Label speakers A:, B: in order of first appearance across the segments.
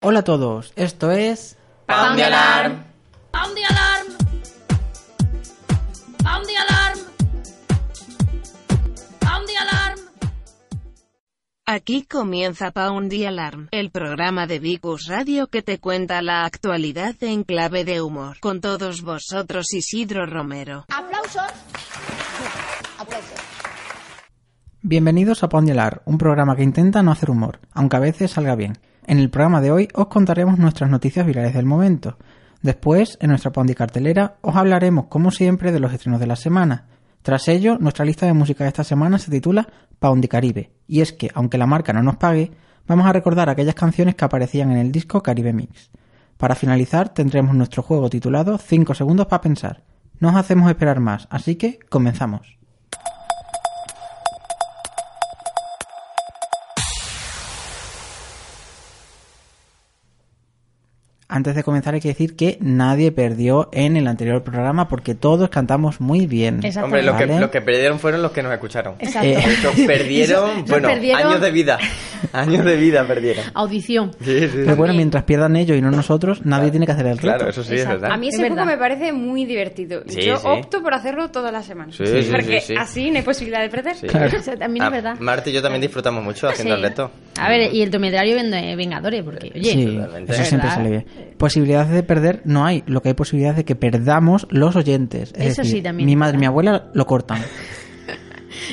A: Hola a todos, esto es...
B: Pound the alarm.
C: Pound the alarm. Pound the alarm. Pound the alarm.
D: Aquí comienza Pound the Alarm, el programa de Vicus Radio que te cuenta la actualidad en clave de humor. Con todos vosotros Isidro Romero.
E: Aplausos. Aplausos.
A: Bienvenidos a Pondelar, un programa que intenta no hacer humor, aunque a veces salga bien. En el programa de hoy os contaremos nuestras noticias virales del momento. Después, en nuestra Pondi cartelera, os hablaremos, como siempre, de los estrenos de la semana. Tras ello, nuestra lista de música de esta semana se titula Pondi Caribe, y es que, aunque la marca no nos pague, vamos a recordar aquellas canciones que aparecían en el disco Caribe Mix. Para finalizar, tendremos nuestro juego titulado 5 segundos para pensar. No os hacemos esperar más, así que comenzamos. antes de comenzar hay que decir que nadie perdió en el anterior programa porque todos cantamos muy bien.
B: Exacto.
F: Hombre, los que,
A: Vale.
F: los que perdieron fueron los que nos escucharon.
B: Exacto.
A: Eh,
F: Los perdieron,
B: Los
F: bueno,
B: perdieron-
F: años de vida. Años de vida perdieron.
B: Audición.
F: Sí, sí,
A: pero bueno, mientras pierdan ellos y no nosotros, nadie tiene que hacer el reto.
F: Claro, eso sí
B: Exacto.
F: es verdad.
G: A mí
B: Es
G: ese juego
B: verdad.
G: me parece muy divertido.
F: Sí,
G: Yo
F: sí.
G: opto por hacerlo todas las semanas.
F: Sí, sí, sí,
G: porque
F: sí.
G: Eh, así no hay posibilidad de perder.
F: Sí.
A: Claro.
B: O sea, también es
F: Ah,
B: verdad. Ah,
F: Marta y yo también disfrutamos mucho haciendo
B: Sí.
F: el reto.
B: A ver, y el dromedario
G: eh,
B: vende Vengadores, porque, oye,
A: Sí,
F: totalmente.
A: eso siempre
B: ¿Verdad?
A: sale bien. Posibilidades de perder no hay, lo que hay posibilidades de que perdamos los oyentes. Es
B: Eso
A: decir,
B: sí también
A: Mi
B: es
A: madre y mi abuela lo cortan.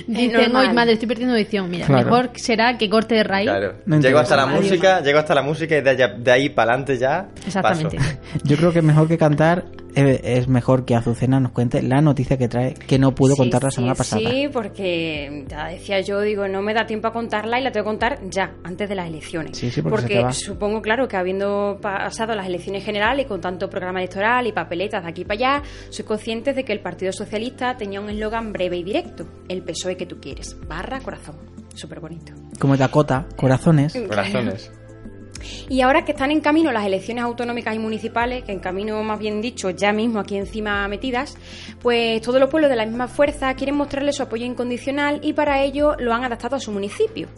B: dicen,
G: normal.
B: hoy, madre, estoy perdiendo audición. Mira,
A: Claro.
B: mejor será que corte de raíz.
F: Claro.
A: No
F: llego
A: entiendo.
F: hasta la
A: Adiós.
F: música, llego hasta la música y de, allá- de ahí para adelante ya. paso.
B: Exactamente.
A: Yo creo que mejor que cantar eh, es mejor que Azucena nos cuente la noticia que trae que no pudo
G: Sí,
A: contar la
G: sí,
A: semana pasada.
G: Sí, porque ya decía yo, digo, no me da tiempo a contarla y la tengo que contar ya, antes de las elecciones.
A: Sí, sí, porque se te va.
G: supongo, claro, que habiendo pasado las elecciones generales con tanto programa electoral y papeletas de aquí para allá, soy consciente de que el Partido Socialista tenía un eslogan breve y directo: el PSOE E que tú quieres, barra corazón. Súper bonito.
A: Como Dakota, corazones.
F: Corazones.
G: Y ahora que están en camino las elecciones autonómicas y municipales, que en camino más bien dicho ya mismo aquí encima metidas, pues todos los pueblos de la misma fuerza quieren mostrarle su apoyo incondicional y para ello lo han adaptado a su municipio.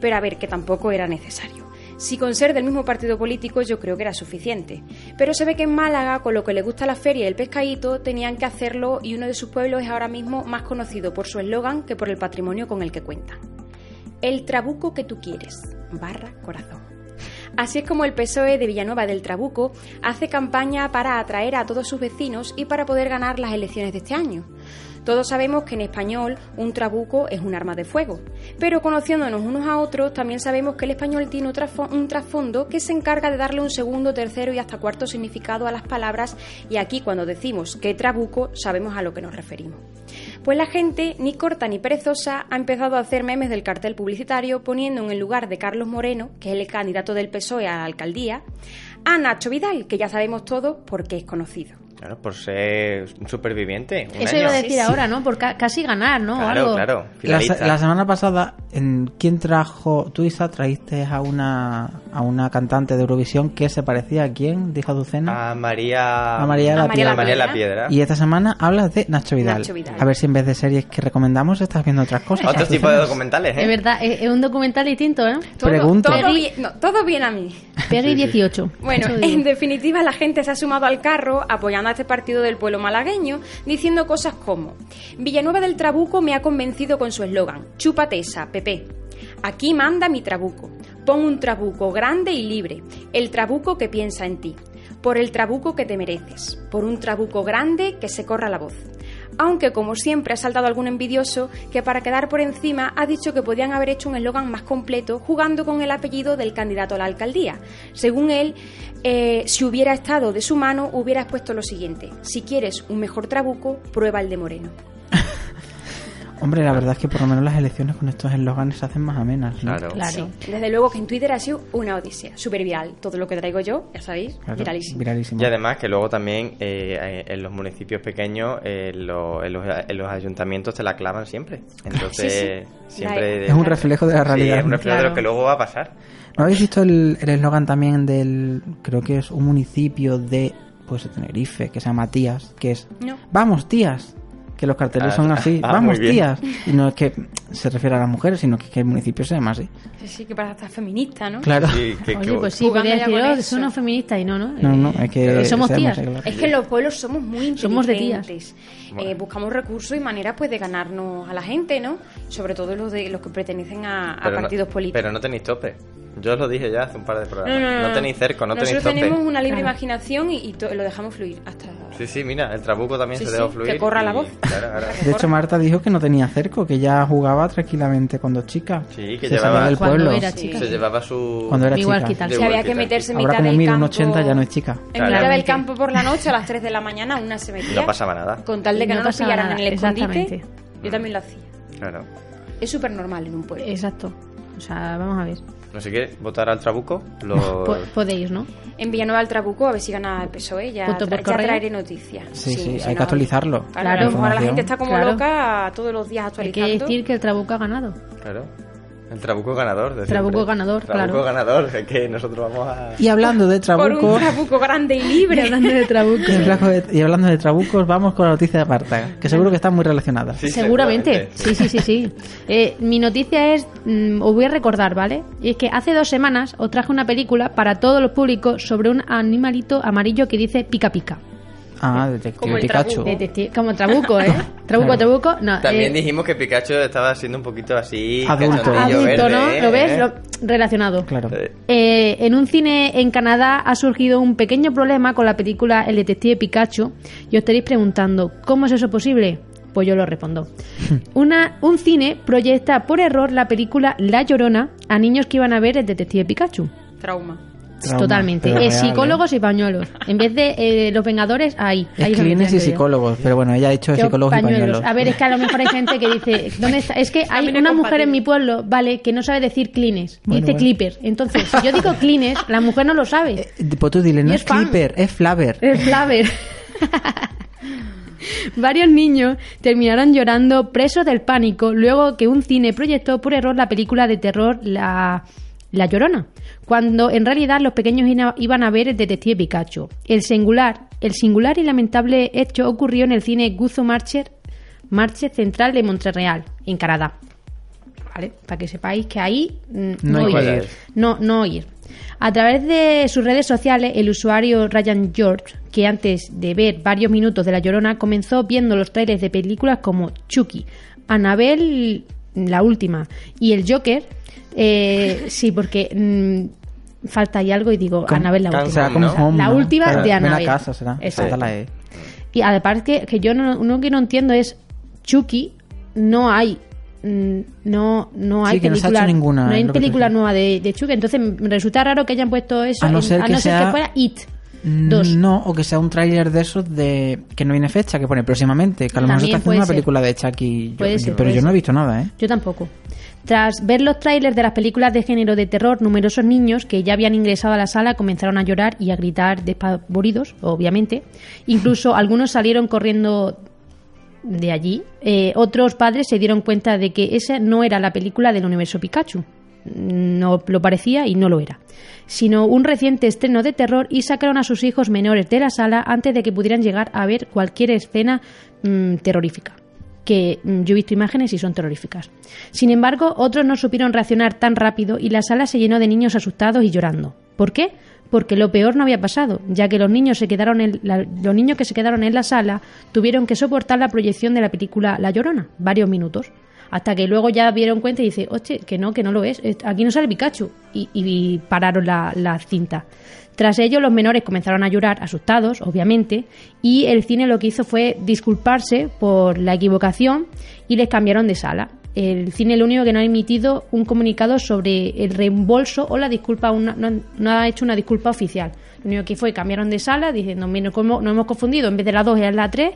G: Pero a ver, que tampoco era necesario. Si con ser del mismo partido político yo creo que era suficiente. Pero se ve que en Málaga, con lo que le gusta la feria y el pescadito, tenían que hacerlo y uno de sus pueblos es ahora mismo más conocido por su eslogan que por el patrimonio con el que cuentan. El trabuco que tú quieres, barra corazón. Así es como el PSOE E de Villanueva del Trabuco hace campaña para atraer a todos sus vecinos y para poder ganar las elecciones de este año. Todos sabemos que en español un trabuco es un arma de fuego, pero conociéndonos unos a otros también sabemos que el español tiene un trasfo- un trasfondo que se encarga de darle un segundo, tercero y hasta cuarto significado a las palabras y aquí cuando decimos que trabuco sabemos a lo que nos referimos. Pues la gente, ni corta ni perezosa, ha empezado a hacer memes del cartel publicitario poniendo en el lugar de Carlos Moreno, que es el candidato del PSOE E a la alcaldía, a Nacho Vidal, que ya sabemos todos porque es conocido.
F: Claro, por ser un superviviente. Un
B: Eso
F: año.
B: iba a decir
G: Sí, sí.
B: ahora, ¿no? Por ca- casi ganar, ¿no? O
F: Claro,
B: algo.
F: claro.
A: La, se-
F: Finalista.
A: la semana pasada, en ¿quién trajo? Tú, Isa, trajiste a una, a una cantante de Eurovisión que se parecía a quién, dijo Azucena.
F: A María.
A: A María de la
G: a María
A: Piedra.
F: A María de la Piedra.
A: Y esta semana hablas de Nacho Vidal.
G: Nacho Vidal.
A: A ver si en vez de series que recomendamos estás viendo otras cosas.
F: Otro tipo de
A: Azucena.
F: documentales,
B: Es
F: ¿eh?
B: verdad, es, es un documental distinto, ¿eh?
G: Todo,
A: Pregunto.
G: Todo bien, no, todo bien a mí.
B: Peggy 18.
G: Bueno,
B: Eso digo.
G: en definitiva la gente se ha sumado al carro apoyando a este partido del pueblo malagueño, diciendo cosas como Villanueva del Trabuco me ha convencido con su eslogan, chúpate esa, Pepe. Aquí manda mi trabuco. Pon un trabuco grande y libre, el trabuco que piensa en ti, por el trabuco que te mereces, por un trabuco grande que se corra la voz. Aunque como siempre ha saltado algún envidioso que para quedar por encima ha dicho que podían haber hecho un eslogan más completo jugando con el apellido del candidato a la alcaldía. Según él, eh, si hubiera estado de su mano hubiera expuesto lo siguiente. Si quieres un mejor trabuco, prueba el de Moreno.
A: Hombre, la verdad es que por lo menos las elecciones con estos eslóganes se hacen más amenas. ¿no?
F: Claro.
B: Claro.
G: Desde luego que en Twitter ha sido una odisea, súper viral. Todo lo que traigo yo, ya sabéis,
A: Claro,
G: viralísimo.
A: viralísimo.
F: Y además que luego también eh, en los municipios pequeños, eh, lo- en, los, en los ayuntamientos te la clavan siempre. Entonces,
G: sí.
F: siempre...
A: Es un reflejo de la realidad.
F: Sí, es un reflejo de
B: Claro.
F: lo que luego va a pasar.
A: ¿No habéis visto el el eslogan también del, creo que es un municipio de, pues de Tenerife, que se llama Tías, que es,
G: No.
A: vamos tías, que los carteles
F: Ah,
A: son así.
F: ah,
A: Vamos,
F: muy bien.
A: tías. Y no es que se refiere a las mujeres, sino que, es que el municipio se llama así.
G: Sí, que para estar feminista, ¿no?
A: Claro.
F: Sí, que- que-
B: Oye, pues sí,
G: Jugando
B: podría
G: ya
B: decir,
G: con
B: "Oh,
G: eso".
B: son unos feministas y no, ¿no?
A: No,
B: Eh,
A: no, es que.
B: pero somos
A: se llama
B: tías.
A: así, claro.
G: Es que en los pueblos somos muy inteligentes.
B: Somos de
G: Eh,
F: Bueno.
G: buscamos recursos y maneras pues de ganarnos a la gente, ¿no? Sobre todo los de los que pertenecen a, a
F: pero no-
G: partidos políticos.
F: Pero no tenéis tope. Yo os lo dije ya hace un par de programas. No, tenéis cerco, no
G: Nosotros
F: tenéis tope.
G: tenemos una libre
B: Claro.
G: imaginación y, y to- lo dejamos fluir hasta
F: Sí, sí, mira, el trabuco también
G: Sí,
F: se
G: sí,
F: dejó fluir.
G: que corra
F: y-
G: la voz.
F: Claro, ahora-
A: De hecho, Marta dijo que no tenía cerco, que ya jugaba tranquilamente cuando chica.
F: Sí, que
A: se
F: llevaba-
A: salía del
B: Cuando
A: pueblo.
B: era
G: Sí.
B: chica.
F: Se llevaba su.
A: Cuando era
B: Igual
A: chica.
B: quitar.
G: que
F: Igual
G: había que
F: quitar.
G: meterse en
A: Ahora
G: mitad
A: como
G: del
A: mide un
G: campo.
A: 80 ya no es chica.
G: En
F: Claro.
G: mitad del campo por la noche a las 3 de la mañana una se metía.
F: No pasaba nada.
G: Con tal de que
B: No
G: no, nos
B: pasaba
G: pillaran
B: nada,
G: en el escondite.
B: exactamente.
G: Yo también lo hacía.
F: Claro.
G: Es súper normal en un pueblo.
B: Exacto. O sea, vamos a ver.
F: No sé qué, votar al trabuco. Lo...
G: Pues,
B: Po- podéis, ¿no?
G: En Villanueva del Trabuco, a ver si gana el PSOE, E, ya,
B: Voto por
G: tra- ya
B: correo.
G: traeré noticias.
A: Sí, sí, hay
G: si
A: que
G: no-
A: actualizarlo.
G: Claro,
B: Claro.
G: ahora la gente
A: Información.
G: está como
B: Claro.
G: loca todos los días
B: Hay
G: actualizando.
B: que decir que el Trabuco ha ganado.
F: Claro. El trabuco ganador. de
B: Trabuco
F: siempre.
B: ganador,
F: Trabuco
B: claro.
F: ganador, es que nosotros vamos a.
A: Y hablando de
G: Por
A: trabuco.
G: un Trabuco grande y
B: Y
G: libre.
B: hablando de Trabuco.
A: Y hablando de- y hablando de trabucos, vamos con la noticia de Marta, que seguro que están muy relacionadas.
F: Sí,
B: Seguramente,
F: seguramente,
B: sí, sí, sí, sí. Eh, mi noticia es, mm, os voy a recordar, ¿vale? Y es que hace dos semanas os traje una película para todos los públicos sobre un animalito amarillo que dice pica pica.
A: Ah, Detective
G: Como el
A: Pikachu.
G: trabuco.
B: Detective- Como trabuco, ¿eh? Trabuco,
A: Claro.
B: trabuco. No,
F: También
B: eh,
F: dijimos que Pikachu estaba siendo un poquito así.
A: Adulto.
F: cachondillo
B: adulto,
F: verde,
B: ¿no?
F: ¿eh?
B: ¿Lo ves? Lo- relacionado.
A: Claro.
F: Eh,
B: Eh, en un cine en Canadá ha surgido un pequeño problema con la película El Detective Pikachu y os estaréis preguntando, ¿cómo es eso posible? Pues yo lo respondo. Una, un cine proyecta por error la película La Llorona a niños que iban a ver El Detective Pikachu.
G: Trauma.
A: Trauma,
B: Totalmente.
A: pero
B: Eh,
A: real, ¿eh?
B: psicólogos y pañuelos. En vez de eh, los Vengadores, ahí. ahí
A: Es clínicos
B: lo
A: y
B: tendría yo.
A: psicólogos, pero bueno, ella ha dicho
B: Yo,
A: psicólogos y pañuelos.
B: A ver, es que a lo mejor hay gente que dice, ¿dónde está? Es que hay
G: También es
B: una mujer
G: compatible.
B: en mi pueblo, ¿vale? Que no sabe decir clines.
A: Bueno,
B: dice
A: bueno.
B: clipper. Entonces, si yo digo clines, la mujer no lo sabe.
A: Eh, Pues tú dile, no
B: Y
A: es,
B: es fan.
A: Clipper, es Flaver.
B: Es Flaver. Varios niños terminaron llorando presos del pánico luego que un cine proyectó por error la película de terror La, La Llorona, cuando en realidad los pequeños ina- iban a ver el detective Pikachu. El singular, el singular y lamentable hecho ocurrió en el cine Guzo Marcher, Marche Central de Montreal, en Canadá. ¿Vale? Para que sepáis que ahí mm,
A: No hay
B: no,
A: que
B: ir.
A: ir.
B: No, no ir. A través de sus redes sociales, el usuario Ryan George, que antes de ver varios minutos de La Llorona, comenzó viendo los trailers de películas como Chucky, Annabelle, mm, la última, y El Joker. Eh, sí, porque mm, falta ahí algo y digo,
A: Con-
B: Annabelle la
F: cansa-
B: última.
A: Será como
F: ¿no?
A: Home,
B: La
A: ¿no?
B: última
A: Será-
B: de Annabelle.
A: Ven a casa, será.
B: Exacto.
A: Falta la E.
B: Y además que, que yo no, lo que no entiendo es Chucky no hay mm, no no
A: Sí,
B: hay
A: que no se ha
B: película
A: hecho ninguna,
B: no
A: es
B: hay
A: lo que te
B: película
A: digo.
B: nueva de, de Chucky entonces me resulta raro que hayan puesto eso
A: A no
B: en-
A: ser que sea-
B: fuera It
A: Mm,
B: 2
A: No, o que sea un tráiler de esos de que no viene fecha, que pone próximamente, que a lo mejor se está
B: También
A: haciendo
B: puede
A: una
B: ser.
A: película de Chucky, yo-
B: Puede
A: yo-
B: ser,
A: pero
B: puede
A: yo no he
B: ser.
A: visto nada, ¿eh?
B: Yo tampoco. Tras ver los trailers de las películas de género de terror, numerosos niños que ya habían ingresado a la sala comenzaron a llorar y a gritar despavoridos, obviamente. Incluso algunos salieron corriendo de allí. Eh, otros padres se dieron cuenta de que esa no era la película del universo Pikachu. No lo parecía y no lo era. Sino un reciente estreno de terror y sacaron a sus hijos menores de la sala antes de que pudieran llegar a ver cualquier escena mm, terrorífica que mm, yo he visto imágenes y son terroríficas. Sin embargo, otros no supieron reaccionar tan rápido y la sala se llenó de niños asustados y llorando. ¿Por qué? Porque lo peor no había pasado, ya que los niños, se quedaron en la- los niños que se quedaron en la sala tuvieron que soportar la proyección de la película La Llorona, varios minutos, hasta que luego ya dieron cuenta y dice, oye, que no, que no lo es, eh, aquí no sale Pikachu, y, y pararon la- la cinta. Tras ello, los menores comenzaron a llorar, asustados, obviamente, y el cine lo que hizo fue disculparse por la equivocación y les cambiaron de sala. El cine lo único que no ha emitido un comunicado sobre el reembolso o la disculpa, aún no- no, no ha hecho una disculpa oficial. Lo único que fue cambiaron de sala diciendo, mire, como nos hemos confundido, en vez de la 2 es la 3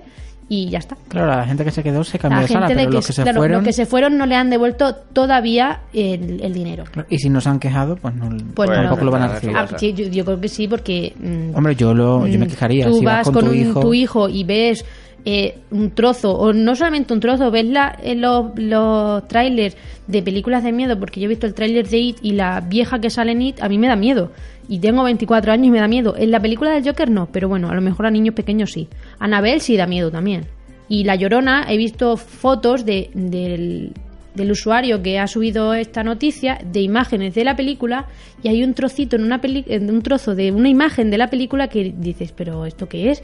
B: y ya está.
A: Claro, la gente que se quedó se cambió
B: La
A: de sala,
B: gente
A: pero
B: de que,
A: los que se
B: claro,
A: fueron...
B: los que se fueron no le han devuelto todavía el, el dinero.
A: Claro, Y si no se han quejado, pues, no,
B: Pues no,
A: tampoco
B: no.
A: lo van a
F: Nada,
A: recibir.
B: Ah,
F: pasa.
B: sí, yo, yo creo que sí, porque... mm,
A: Hombre, yo, lo, yo me
B: Mm,
A: quejaría.
B: Tú
A: si vas, con, tu
B: un-
A: hijo...
B: y ves eh, un trozo, o no solamente un trozo, ves la, eh, los, los trailers de películas de miedo, porque yo he visto el tráiler de It y la vieja que sale en It, a mí me da miedo. Y tengo 24 años y me da miedo. En la película del Joker no, pero bueno, a lo mejor a niños pequeños sí. Anabel sí da miedo también. Y La Llorona, he visto fotos de- del, del usuario que ha subido esta noticia, de imágenes de la película, y hay un trocito en una peli- en un trozo de una imagen de la película que dices, pero ¿esto qué es?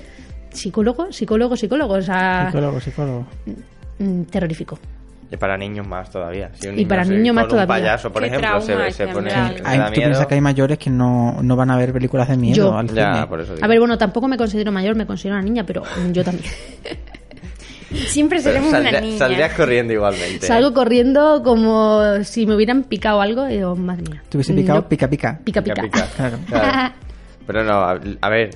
B: ¿Psicólogo? ¿Psicólogo? ¿Psicólogo? O sea,
A: Psicólogo, psicólogo.
B: mm, terrorífico.
F: Y para niños más todavía. Si un
B: Y para
F: se-
B: niños más
F: con un
B: todavía.
F: payaso, por
G: Qué
F: ejemplo, se-
G: trauma,
F: se,
G: qué
F: pone.
G: hambre.
F: le
A: Hay,
F: da
A: tú piensas
F: miedo.
A: que hay mayores que no, no van a ver películas de miedo
B: Yo.
A: al
F: Ya,
A: cine.
F: por eso digo.
B: A ver, bueno, tampoco me considero mayor, me considero una niña, pero mm, yo también.
G: Siempre
F: Pero
G: seremos
F: saldría-
G: una niña.
F: Saldrías corriendo igualmente.
B: Salgo corriendo como si me hubieran picado algo, y digo, madre mía.
A: Te hubiese picado
B: No,
A: pica pica.
B: pica,
F: Pica,
B: pica.
F: pica.
A: Claro.
F: Claro. Pero no, a, a ver,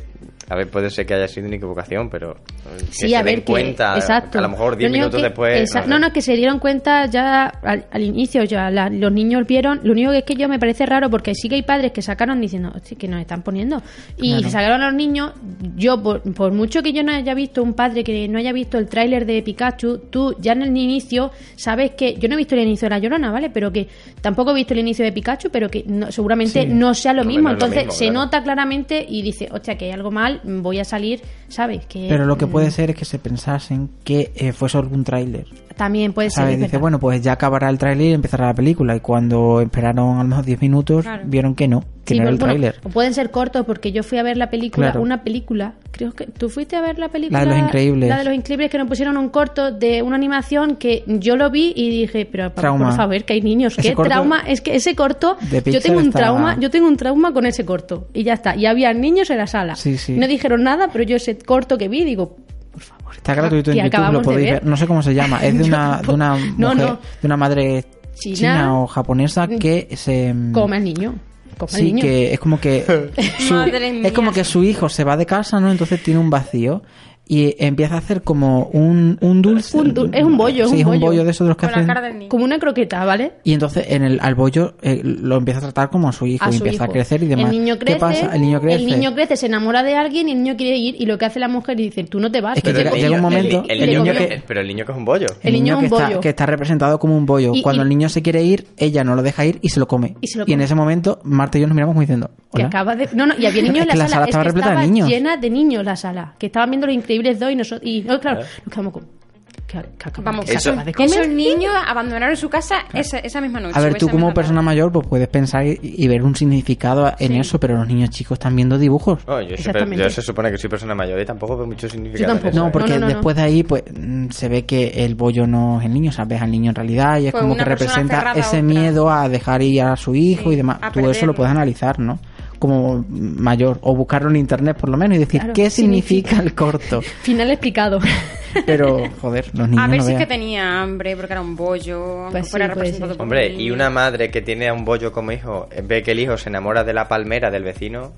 F: a ver, puede ser que haya sido una equivocación, pero eh, que
B: Sí,
F: se
B: a
F: den
B: ver, que-
F: cuenta,
B: exacto.
F: que a lo mejor 10
B: Lo único
F: minutos
B: que-
F: después.
B: exa-
F: sé.
B: no, no, es que se dieron cuenta ya al, al inicio, ya la- los niños vieron. Lo único que es que yo me parece raro porque sí que hay padres que sacaron diciendo, "Hostia, que nos están poniendo. Y
A: Claro.
B: sacaron a los niños. Yo, por, por mucho que yo no haya visto un padre que no haya visto el tráiler de Pikachu, tú ya en el inicio sabes que. Yo no he visto el inicio de La Llorona, ¿vale? Pero que tampoco he visto el inicio de Pikachu, pero que no- seguramente
A: Sí.
B: no sea lo
F: No,
B: mismo.
F: no es lo
B: Entonces
F: mismo,
B: se
F: claro.
B: nota claramente y dice, hostia, que hay algo mal, voy a salir, ¿sabes? Que,
A: Pero lo que
B: mm,
A: puede ser es que se pensasen que eh, fue solo un tráiler.
B: También puede ser.
A: ¿Sabes?
B: es
A: Dice,
B: verdad.
A: bueno, pues ya acabará el tráiler y empezará la película. Y cuando esperaron a lo mejor 10 minutos,
G: Claro.
A: vieron que no, que
B: Sí,
A: no era
B: pero
A: el
B: bueno,
A: tráiler.
B: o pueden ser cortos porque yo fui a ver la película,
A: Claro.
B: una película, creo que tú fuiste a ver la película.
A: La de Los Increíbles.
B: La de los increíbles que nos pusieron un corto de una animación que yo lo vi y dije, pero pa-
A: Trauma.
B: por favor, que hay niños,
A: Ese
B: qué
A: corto
B: trauma, es que ese corto,
A: de
B: yo
A: Pixar
B: tengo un
A: está-
B: trauma, yo tengo un trauma con ese corto y ya está. Y había niños en la sala.
A: Sí, sí.
B: No dijeron nada, pero yo ese corto que vi digo, por favor.
A: Está gratuito en
B: que
A: YouTube, lo
B: pues acabamos de
A: podéis
B: ver.
A: ver. No sé cómo se llama. Es de
B: Yo
A: una, de
B: tampoco.
A: una
B: No,
A: mujer-
B: no.
A: de una madre
B: China.
A: china, o japonesa que se... mm,
B: Come al niño. Come al
A: Sí,
B: niño.
A: que es como que su,
G: Madre mía.
A: es como que su hijo se va de casa, ¿no? Entonces tiene un vacío y empieza a hacer como un, un dulce.
B: Un dul- es un bollo,
A: Sí,
B: un
A: es un
B: bollo.
A: bollo de esos de los que
G: Con la
A: hacen.
G: cara del niño.
B: Como una croqueta, ¿vale?
A: Y entonces en el, al bollo eh, lo empieza a tratar como a su hijo
B: a
A: y
B: su
A: empieza
B: hijo.
A: a crecer y demás.
B: El niño crece,
A: ¿Qué pasa? El niño crece.
B: el niño crece, se enamora de alguien y el niño quiere ir y lo que hace la mujer y dice, tú no te vas.
A: Es que
B: pero
A: llega-
B: te
A: llega un
B: comió".
A: momento-
F: El,
B: Y le
F: niño
B: comió.
F: que, pero el niño que es un bollo.
A: El
B: el niño
A: niño
B: es
A: que
B: un bollo.
A: está, que está representado como un bollo.
B: Y-
A: Cuando
B: y-
A: el niño se quiere ir, ella no lo deja ir y se lo come.
B: Y se lo
A: en
B: come.
A: ese momento, Marta y yo nos miramos como diciendo.
B: Que
A: "Hola".
B: acaba de... No, no, y había niños
A: Es
B: en la,
A: que la
B: sala,
A: sala estaba
B: es que
A: repleta de
B: estaba
A: niños.
B: llena de niños la sala, que estaban viendo los increíbles dos y nosotros... Y no, claro, nos quedamos con... ¿Qué, qué acaba-
G: Vamos,
B: qué
F: Eso-
B: acaba de comer?
G: Esos niños abandonaron su casa esa, esa misma noche.
A: A
G: o
A: ver,
G: esa
A: tú como
G: misma tarde.
A: persona mayor, pues puedes pensar y, y ver un significado en eso, pero los niños chicos están viendo dibujos.
F: No, Oh, yo, siempre-
B: Exactamente.
F: yo se supone que soy persona mayor y tampoco veo mucho
B: Yo
F: significado. en
B: tampoco.
F: eso,
A: No,
F: ¿eh?
A: porque
B: No, no, no, no.
A: después de ahí, pues mm, se ve que el bollo no es el niño, sabes ves al niño en realidad y es
G: Pues
A: como
G: una
A: que
G: persona
A: representa
G: aferrada a
A: ese
G: otra.
A: miedo a dejar ir a su hijo
G: Sí,
A: y demás.
G: a
A: Tú eso
G: perderlo.
A: lo puedes analizar, ¿no? Como mm, mayor, o buscarlo en internet por lo menos y decir,
B: Claro,
A: ¿qué
B: significa-
A: significa el corto?
B: Final explicado.
A: Pero, joder, los niños.
G: A ver
A: no
G: si es que
A: vean.
G: tenía hambre, porque era un bollo, aunque
B: Pues sí,
G: fuera
B: puede
G: representado
B: ser.
G: por
F: Hombre,
G: un
F: y
G: niño.
F: una madre que tiene a un bollo como hijo, eh, ve que el hijo se enamora de la palmera del vecino,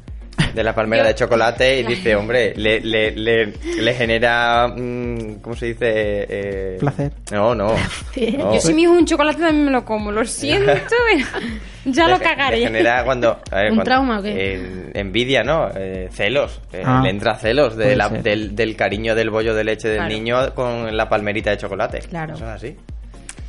F: de la palmera
G: Yo-
F: de chocolate, y dice, hombre, le, le, le, le genera. mm, ¿Cómo se dice? Eh,
A: Placer.
F: No, no. no.
G: Yo si mi hijo un chocolate también me lo como, lo siento, pero ya
F: Le
G: lo
F: ge- le
G: cagaré.
F: genera cuando. a ver,
B: ¿Un
F: cuando-
B: trauma o qué?
F: eh, envidia, ¿no? Eh, celos. Eh,
A: Ah.
F: le entra celos de
A: Puede
F: la-
A: ser.
F: del, del cariño del bollo de leche del
G: Claro.
F: niño con la palmerita de chocolate.
B: Claro.
F: Eso es así.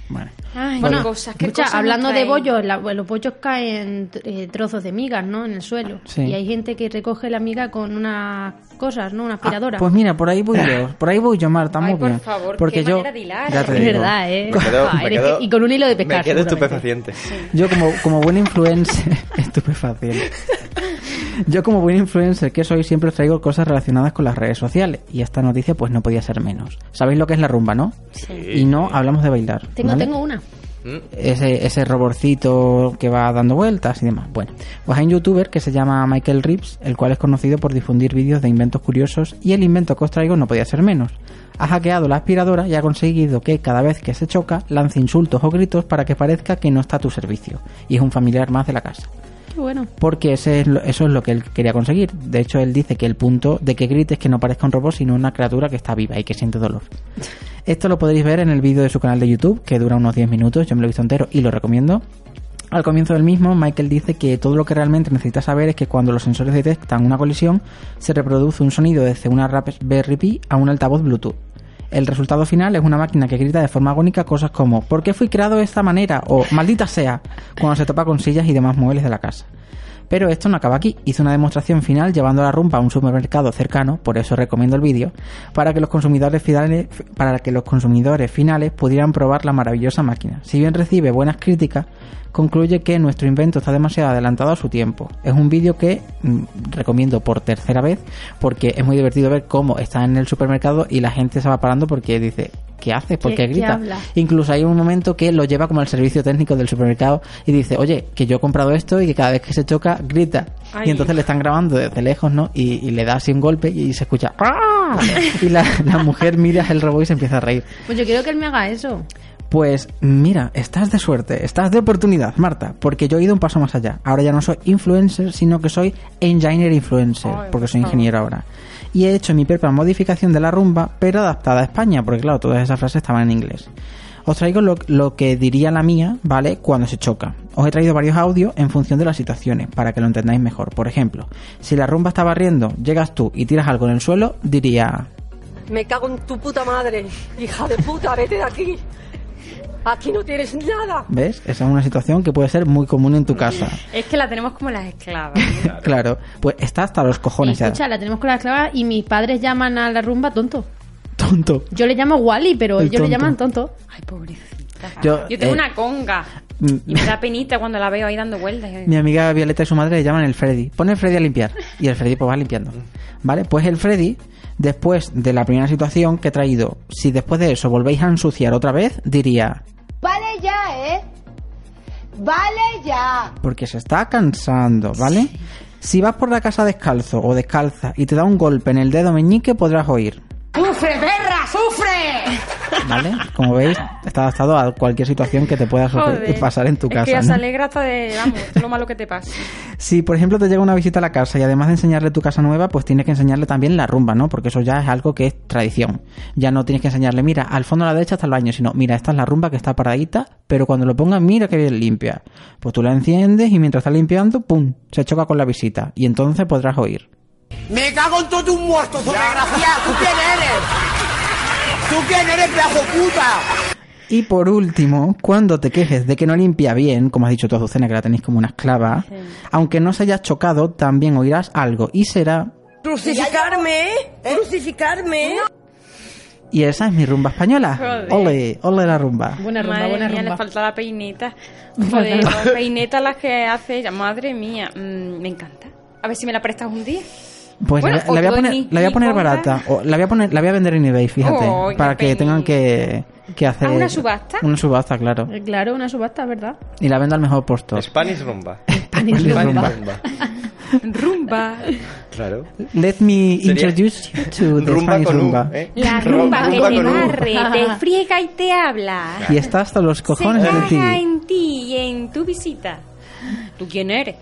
A: Bueno.
G: Ay,
B: Bueno,
G: qué cosas, qué
B: escucha,
G: cosas nos
B: hablando de
G: traen.
B: bollos, la- los bollos caen eh, trozos de migas, ¿no? En el suelo.
A: Sí.
B: Y hay gente que recoge la miga con unas cosas, ¿no? Una aspiradora.
A: Ah, pues mira, por ahí voy yo, por ahí voy yo, Marta,
G: Ay,
A: muy
G: por
A: bien.
G: favor,
A: porque
G: qué
A: yo,
G: manera de hilar.
A: ya te
B: es
A: digo,
B: verdad, ¿eh?
F: Me quedo-
B: Ah,
F: me
B: eres
F: quedo-
B: que- y con un hilo de pescar.
F: Me quedo
B: seguramente.
F: estupefaciente.
A: Yo como, como buen influencer, estupefaciente. Yo como buen influencer que soy siempre os traigo cosas relacionadas con las redes sociales y esta noticia pues no podía ser menos. Sabéis lo que es la rumba, ¿no? Y no hablamos de bailar.
B: Tengo,
A: ¿vale?
B: tengo una.
F: Mm.
A: ese, ese roborcito que va dando vueltas y demás. Bueno, pues hay un youtuber que se llama Michael Rips, el cual es conocido por difundir vídeos de inventos curiosos y el invento que os traigo no podía ser menos. Ha hackeado la aspiradora y ha conseguido que cada vez que se choca lance insultos o gritos para que parezca que no está a tu servicio y es un familiar más de la casa
B: Qué bueno.
A: porque ese es lo- eso es lo que él quería conseguir. De hecho, él dice que el punto de que grites que no parezca un robot, sino una criatura que está viva y que siente dolor. Esto lo podréis ver en el vídeo de su canal de YouTube, que dura unos 10 minutos, yo me lo he visto entero y lo recomiendo. Al comienzo del mismo, Michael dice que todo lo que realmente necesitas saber es que cuando los sensores detectan una colisión, se reproduce un sonido desde una Raspberry Pi a un altavoz Bluetooth. El resultado final es una máquina que grita de forma agónica cosas como ¿Por qué fui creado de esta manera? o Maldita sea, cuando se topa con sillas y demás muebles de la casa. Pero esto no acaba aquí. Hizo una demostración final llevando la rumba a un supermercado cercano, por eso recomiendo el vídeo, para que los consumidores finales, para que los consumidores finales pudieran probar la maravillosa máquina. Si bien recibe buenas críticas, concluye que nuestro invento está demasiado adelantado a su tiempo. Es un vídeo que mm, recomiendo por tercera vez porque es muy divertido ver cómo está en el supermercado y la gente se va parando porque dice, ¿qué haces? ¿Por
B: ¿Qué-
A: qué,
B: qué
A: grita?
B: habla?
A: Incluso hay un momento que lo lleva como al servicio técnico del supermercado y dice, oye, que yo he comprado esto y que cada vez que se choca, grita.
G: Ay.
A: Y entonces le están grabando desde lejos, ¿no? Y, y le da así un golpe y se escucha "¡Ah!". Y la, la mujer mira el robot y se empieza a reír.
B: Pues yo quiero que él me haga eso.
A: Pues mira, estás de suerte, estás de oportunidad, Marta, porque yo he ido un paso más allá. Ahora ya no soy influencer, sino que soy engineer influencer, porque soy ingeniero ahora. Y he hecho mi propia modificación de la rumba, pero adaptada a España, porque claro, todas esas frases estaban en inglés. Os traigo lo, lo que diría la mía, ¿vale? Cuando se choca. Os he traído varios audios en función de las situaciones, para que lo entendáis mejor. Por ejemplo, si la rumba está barriendo, llegas tú y tiras algo en el suelo, diría...
H: Me cago en tu puta madre. Hija de puta, vete de aquí. Aquí no tienes nada.
A: ¿Ves? Esa es una situación que puede ser muy común en tu casa.
G: Es que la tenemos como las esclavas.
A: Claro, pues está hasta los cojones ya.
B: Escucha, la tenemos con la esclava y mis padres llaman a la rumba tonto.
A: Tonto.
B: Yo le llamo Wally, pero
A: El
B: ellos le
A: tonto.
B: llaman tonto.
G: Ay, pobrecita.
A: Yo-
G: Yo, tengo
A: eh,
G: una conga.
A: Mm,
G: Y me da penita cuando la veo ahí dando vueltas.
A: Mi amiga Violeta y su madre le llaman el Freddy. Pone el Freddy a limpiar. Y el Freddy pues va limpiando. ¿Vale? Pues el Freddy, después de la primera situación que he traído, si después de eso volvéis a ensuciar otra vez, diría...
E: Vale ya, ¿eh? Vale ya.
A: Porque se está cansando, ¿vale? Si vas por la casa descalzo o descalza y te da un golpe en el dedo meñique, podrás oír.
E: ¡Sufre, perra, sufre!
A: ¿Vale? Como veis, está adaptado a cualquier situación que te pueda suceder- pasar en tu casa.
G: Es que ya
A: ¿no?
G: se alegra hasta de, vamos, todo lo malo que te pasa.
A: Si, por ejemplo, te llega una visita a la casa y además de enseñarle tu casa nueva, pues tienes que enseñarle también la rumba, ¿no? Porque eso ya es algo que es tradición. Ya no tienes que enseñarle, mira, al fondo a la derecha está el baño, sino, mira, esta es la rumba que está paradita, pero cuando lo pongas, mira que bien limpia. Pues tú la enciendes y mientras está limpiando, ¡pum! Se choca con la visita y entonces podrás oír.
I: Me cago en todo un muerto, desgraciado. ¿Tú quién eres? ¿Tú quién eres, pedazo puta?
A: Y por último, cuando te quejes de que no limpia bien, como has dicho tú, Azucena, que la tenéis como una esclava, aunque no se haya chocado, también oirás algo y será...
H: Crucificarme, ¿eh? Crucificarme.
A: Y esa es mi rumba española.
G: Joder.
A: Ole, ole la rumba.
B: Buena rumba,
G: madre
B: buena
G: mía,
B: rumba.
G: le falta la peineta.
B: Falta
G: Joder,
B: la-
G: las peinetas las que hace ella. Madre mía, mm, me encanta. A ver si me la prestas un día.
A: Pues
G: Bueno,
A: la, la voy a
G: o
A: poner,
G: Tony
A: la voy a poner
G: Nicola.
A: barata. O la voy a poner, la voy a vender en eBay, fíjate,
G: Oh, qué
A: para que
G: pena.
A: tengan que, que hacer
G: Ah, ¿una subasta?
A: Una subasta, claro.
B: Eh, Claro, una subasta, ¿verdad?
A: Y la vendo al mejor postor.
F: Spanish rumba.
B: Spanish rumba.
G: Rumba.
F: Claro.
A: Let me
F: Sería
A: introduce you to the
F: rumba
A: Spanish
F: con U,
A: rumba.
F: ¿eh?
G: La
F: Ru-
G: rumba que te
F: con U.
G: barre, te friega y te habla.
A: Y está hasta los
G: Se
A: cojones de ti.
G: caga en ti y en tu visita. ¿Tú quién eres?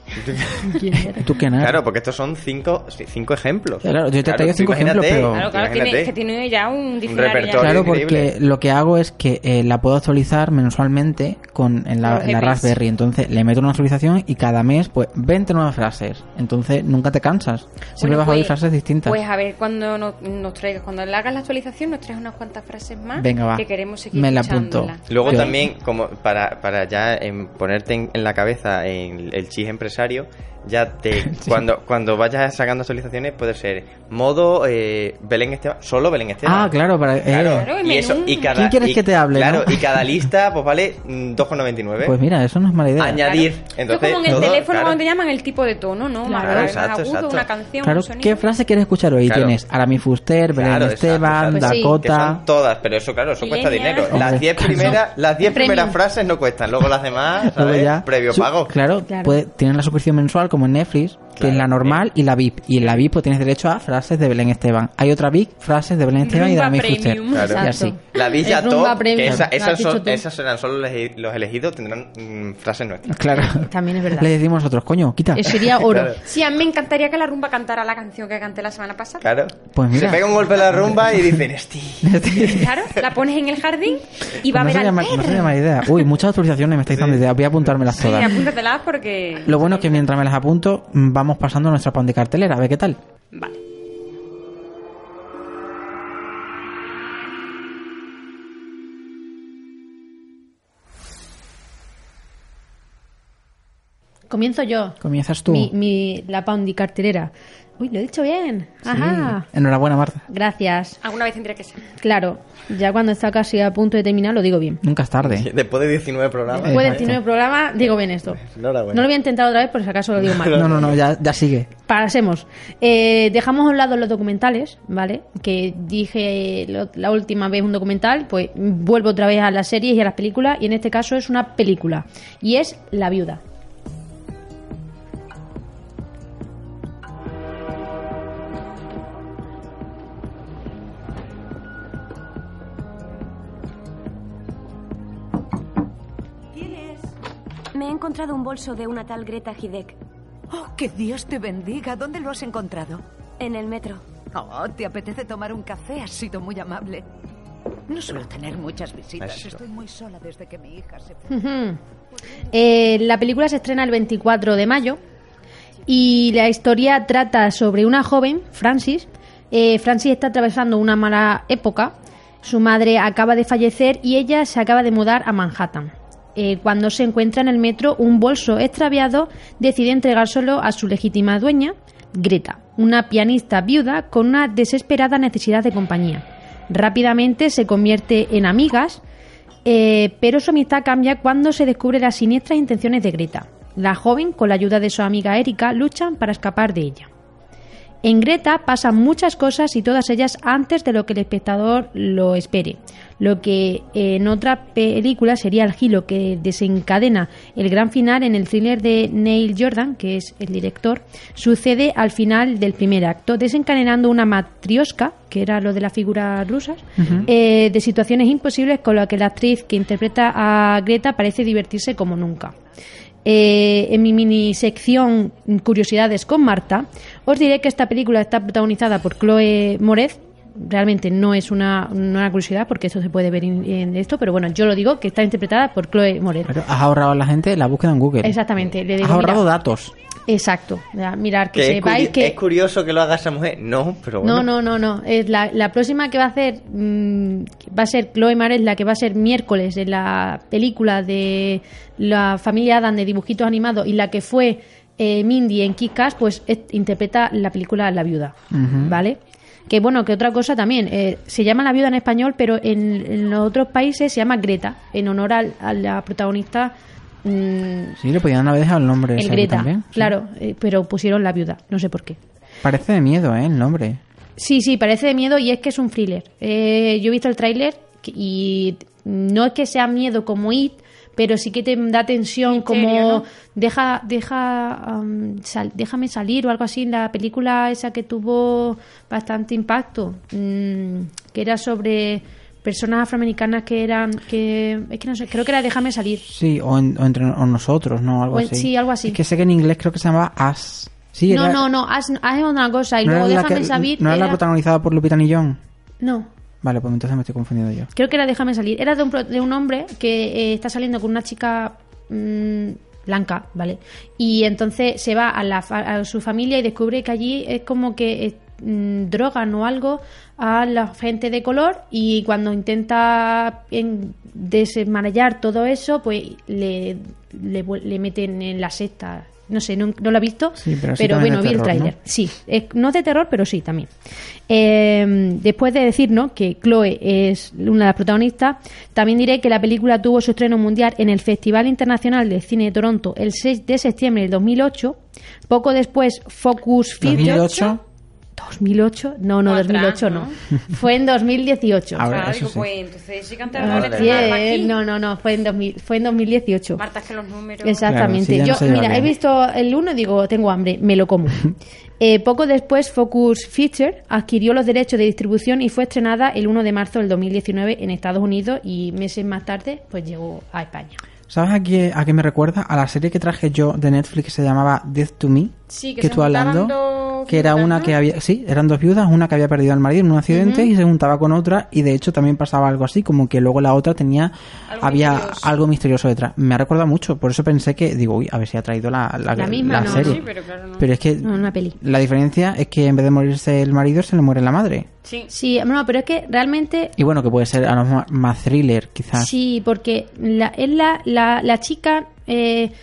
A: Tú que nada.
F: Claro, porque estos son cinco, cinco ejemplos.
A: Claro, yo te traigo
F: tú
A: cinco
F: imagínate,
A: ejemplos, pero-
G: Claro, claro,
F: imagínate.
G: tiene, que tiene ya un diccionario.
F: repertorio.
G: ya.
A: Claro,
F: increíble.
A: porque lo que hago es que eh, la puedo actualizar mensualmente con en la,
G: Los
A: en la
G: GPs.
A: Raspberry. Entonces le meto una actualización y cada mes, pues, 20 nuevas frases. Entonces nunca te cansas. Siempre
G: Bueno,
A: vas a oír
G: pues-
A: frases distintas.
G: Pues a ver, cuando nos, nos traigas, cuando le hagas la actualización, nos traes unas cuantas frases más
A: Venga, va.
G: que queremos seguir
A: Me la
G: escuchándola.
A: apunto.
F: Luego
A: Yo-
F: también, como para, para ya em, ponerte en, en la cabeza en el chis empresario, ya te cuando cuando vayas sacando actualizaciones puede ser modo eh, Belén Esteban, solo Belén Esteban.
A: Ah, claro, para, eh,
G: Claro, el
F: y eso,
G: menú.
F: y cada,
A: ¿Quién quieres
F: y-
A: que te hable,
F: Claro,
A: no?
F: y cada lista, pues vale mm, 2,99.
A: Pues mira, eso no es mala idea.
F: Añadir.
G: Esto es
F: Entonces,
G: como en el
F: todo-
G: teléfono
F: claro.
G: cuando te llaman el tipo de tono, ¿no? Más
F: Claro,
G: grave, más
F: exacto,
G: agudo,
F: exacto.
G: una canción,
A: Claro,
G: un sonido.
A: ¿qué frase quieres escuchar hoy?
F: Claro.
A: Tienes Arami Fuster, Belén
F: Claro, exacto,
A: Esteban,
F: exacto.
B: Pues sí.
F: Que son
A: Dakota.
F: todas, pero eso, claro, eso cuesta
G: Milenial.
F: dinero.
A: Hombre,
F: Las 10
A: claro.
F: primeras, las 10
B: Premium.
F: primeras frases no cuestan, luego las demás,
A: Luego
F: ¿sabes?
A: ya-
F: Previo
A: su-
F: pago.
A: Claro,
B: Claro.
A: puede- tienes la suscripción mensual como en Netflix, que es la normal y la VIP. Y en la VIP pues tienes derecho a frases de Belén Esteban. Hay otra VIP, frases de Belén Esteban y de
G: Rumba
A: Arami Fuster.
G: Premium.
A: Y
F: Claro.
A: así.
F: La Villa
B: Es rumba
F: Top, que
B: premium,
F: esa-
B: lo has
F: esas,
B: dicho
F: son,
B: tú.
F: esas serán solo los elegi- los elegidos, tendrán mm, frases nuestras.
A: Claro.
B: También es verdad.
A: Le decimos nosotros, coño, quita.
B: Eso Eh, sería oro.
G: Sí, a mí me encantaría que la rumba cantara la canción que canté la semana pasada.
F: Claro.
A: Pues mira.
F: Se pega un golpe a la rumba y dicen, ¡Esti!
G: Claro, la pones en el jardín y va
A: no
G: a ver
A: sería
G: al
A: mal- no
G: perro.
A: sería mala idea. Uy, muchas autorizaciones me estáis dando ideas. Voy a apuntármelas
G: Sí,
A: todas.
G: apúntatelas porque...
A: Lo bueno es que mientras me las apunto, mm, vamos pasando a nuestra pan de cartelera. A ver qué tal.
G: Vale.
B: Comienzo yo.
A: Comienzas tú.
B: Mi, mi- la Pondi cartelera. Uy, lo he dicho bien. Ajá.
A: Sí. Enhorabuena, Marta.
B: Gracias.
G: Alguna vez tendría que ser.
B: Claro, ya cuando está casi a punto de terminar lo digo bien.
A: Nunca es tarde.
F: Después de 19 programas.
B: Después de
A: Exacto.
B: 19 programas digo bien esto.
F: Enhorabuena.
B: No lo voy a intentar otra vez por si acaso lo digo mal.
A: No, no, no, ya, ya sigue.
B: Pasemos. Eh, dejamos a un lado los documentales, ¿vale? Que dije lo- la última vez un documental, pues vuelvo otra vez a las series y a las películas, y en este caso es una película, y es La Viuda.
J: Me he encontrado un bolso de una tal Greta Hidek
K: Oh, que Dios te bendiga. ¿Dónde lo has encontrado?
J: en el metro.
K: Oh, ¿te apetece tomar un café? Has sido muy amable. No suelo tener muchas visitas.
F: Eso.
K: Estoy muy sola desde que mi hija se fue.
B: Ujú. Eh, la película se estrena el 24 de mayo y la historia trata sobre una joven, Francis. Eh, Francis está atravesando una mala época. Su madre acaba de fallecer y ella se acaba de mudar a Manhattan. Eh, cuando se encuentra en el metro, un bolso extraviado decide entregárselo a su legítima dueña, Greta, una pianista viuda con una desesperada necesidad de compañía. Rápidamente se convierte en amigas eh, pero su amistad cambia cuando se descubre las siniestras intenciones de Greta. La joven, con la ayuda de su amiga Erika, luchan para escapar de ella. En Greta pasan muchas cosas y todas ellas antes de lo que el espectador lo espere, lo que eh, en otra película sería el giro que desencadena el gran final en el thriller de Neil Jordan, que es el director, sucede al final del primer acto, desencadenando una matriosca, que era lo de las figuras rusas, eh, de situaciones imposibles con las que la actriz que interpreta a Greta parece divertirse como nunca. Eh, en mi mini sección Curiosidades con Marta, os diré que esta película está protagonizada por Chloe Moretz. Realmente no es una, no una curiosidad porque esto se puede ver en, en esto, pero bueno, yo lo digo que está interpretada por Chloe Moretz.
A: Pero has ahorrado a la gente la búsqueda en Google.
B: Exactamente, le digo,
A: Has ahorrado
B: mira,
A: datos.
B: Exacto, ya, mirar que
F: Que es,
B: sepáis
F: curi-
B: que
F: es curioso que lo haga esa mujer. No, pero bueno.
B: no, no, no, no. Es la, la próxima que va a hacer mm, va a ser Chloe Mares, la que va a ser miércoles en la película de la familia Adam de dibujitos animados y la que fue eh, Mindy en Kick Ass, pues es- interpreta la película La Viuda, ¿vale? Que bueno, que otra cosa también, eh, se llama La Viuda en español, pero en, en los otros países se llama Greta, en honor al- a la protagonista mm,
A: Sí, le podían haber dejado el nombre
B: el
A: ese ahí
B: Greta,
A: también. Sí.
B: claro, eh, pero pusieron La Viuda, no sé por qué.
A: Parece de miedo, ¿eh? El nombre.
B: Sí, sí, parece de miedo y es que es un thriller. Eh, yo he visto el tráiler que- y no es que sea miedo como It, pero sí que te da tensión como
G: ¿no?
B: deja, deja, um, sal- déjame salir o algo así. La película esa que tuvo bastante impacto, mm, que era sobre personas afroamericanas que eran, que es que no sé, creo que era déjame salir.
A: Sí, o, en- o entre o nosotros, ¿no? Algo
B: O en-
A: así.
B: sí, algo así.
A: Es que sé que en inglés creo que se llamaba As. Sí,
B: no,
A: era-
B: no, no, haz, haz una cosa y
A: no
B: luego
A: era la
B: déjame
A: que-
B: salir.
A: ¿No era, la
B: era-
A: protagonizada por Lupita Nyong'o?
B: no,
A: Vale, pues entonces me estoy confundiendo yo.
B: Creo que era Déjame salir. Era de un, pro- de un hombre que eh, está saliendo con una chica mm, blanca, ¿vale? Y entonces se va a, la fa- a su familia y descubre que allí es como que eh, mm, drogan o algo a la gente de color y cuando intenta en- desenmarañar todo eso, pues le, le, vu- le meten en la secta. No sé, no, no lo he visto,
A: Sí, pero
B: pero,
A: sí también
B: bueno,
A: de
B: vi el
A: terror, ¿no?
B: tráiler. Sí, eh, no es de terror, pero sí también. Eh, después de decirnos que Chloe es una de las protagonistas, también diré que la película tuvo su estreno mundial en el Festival Internacional de Cine de Toronto el 6 de septiembre del 2008. Poco después, Focus Features.
A: 2008.
B: 2008, no, no,
G: Atrás,
B: 2008 no. Fue en 2018.
A: A ver,
G: Claro,
A: eso
G: digo,
A: sí.
G: pues entonces sí que han
F: Vale.
G: tardado en
B: Sí,
G: estrenarla
B: eh,
G: aquí.
B: no, no, no, fue en, 2000, fue en 2018.
G: Marta, es que los números...
B: Exactamente.
A: Claro, sí, ya no se
B: Yo,
A: lleva
B: mira,
A: bien.
B: he visto el uno y digo, tengo hambre, me lo como. Eh, poco después, Focus Feature adquirió los derechos de distribución y fue estrenada el 1 de marzo del 2019 en Estados Unidos y meses más tarde, pues llegó a España.
A: ¿Sabes a qué, a qué me recuerda? A la serie que traje yo de Netflix que se llamaba Death to Me.
G: Sí, que
A: que
G: se
A: tú
G: juntaban
A: hablando.
G: dos
A: Que era
G: viudas,
A: una
G: ¿no?
A: que había. Sí, eran dos viudas, una que había perdido al marido en un accidente y se juntaba con otra. Y de hecho también pasaba algo así, como que luego la otra tenía. había algo misterioso detrás. Me ha recordado mucho, por eso pensé que. Digo, uy, a ver si ha traído la, la,
B: La misma,
A: la
B: no,
A: serie.
B: sí,
A: pero,
G: pero claro, no.
A: es que.
B: No, una peli.
A: La diferencia es que en vez de morirse el marido, se le muere la madre.
G: Sí.
B: Sí, no, pero es que realmente
A: Y bueno, que puede ser a lo mejor más thriller, quizás.
B: Sí, porque la, es la, la, la chica eh,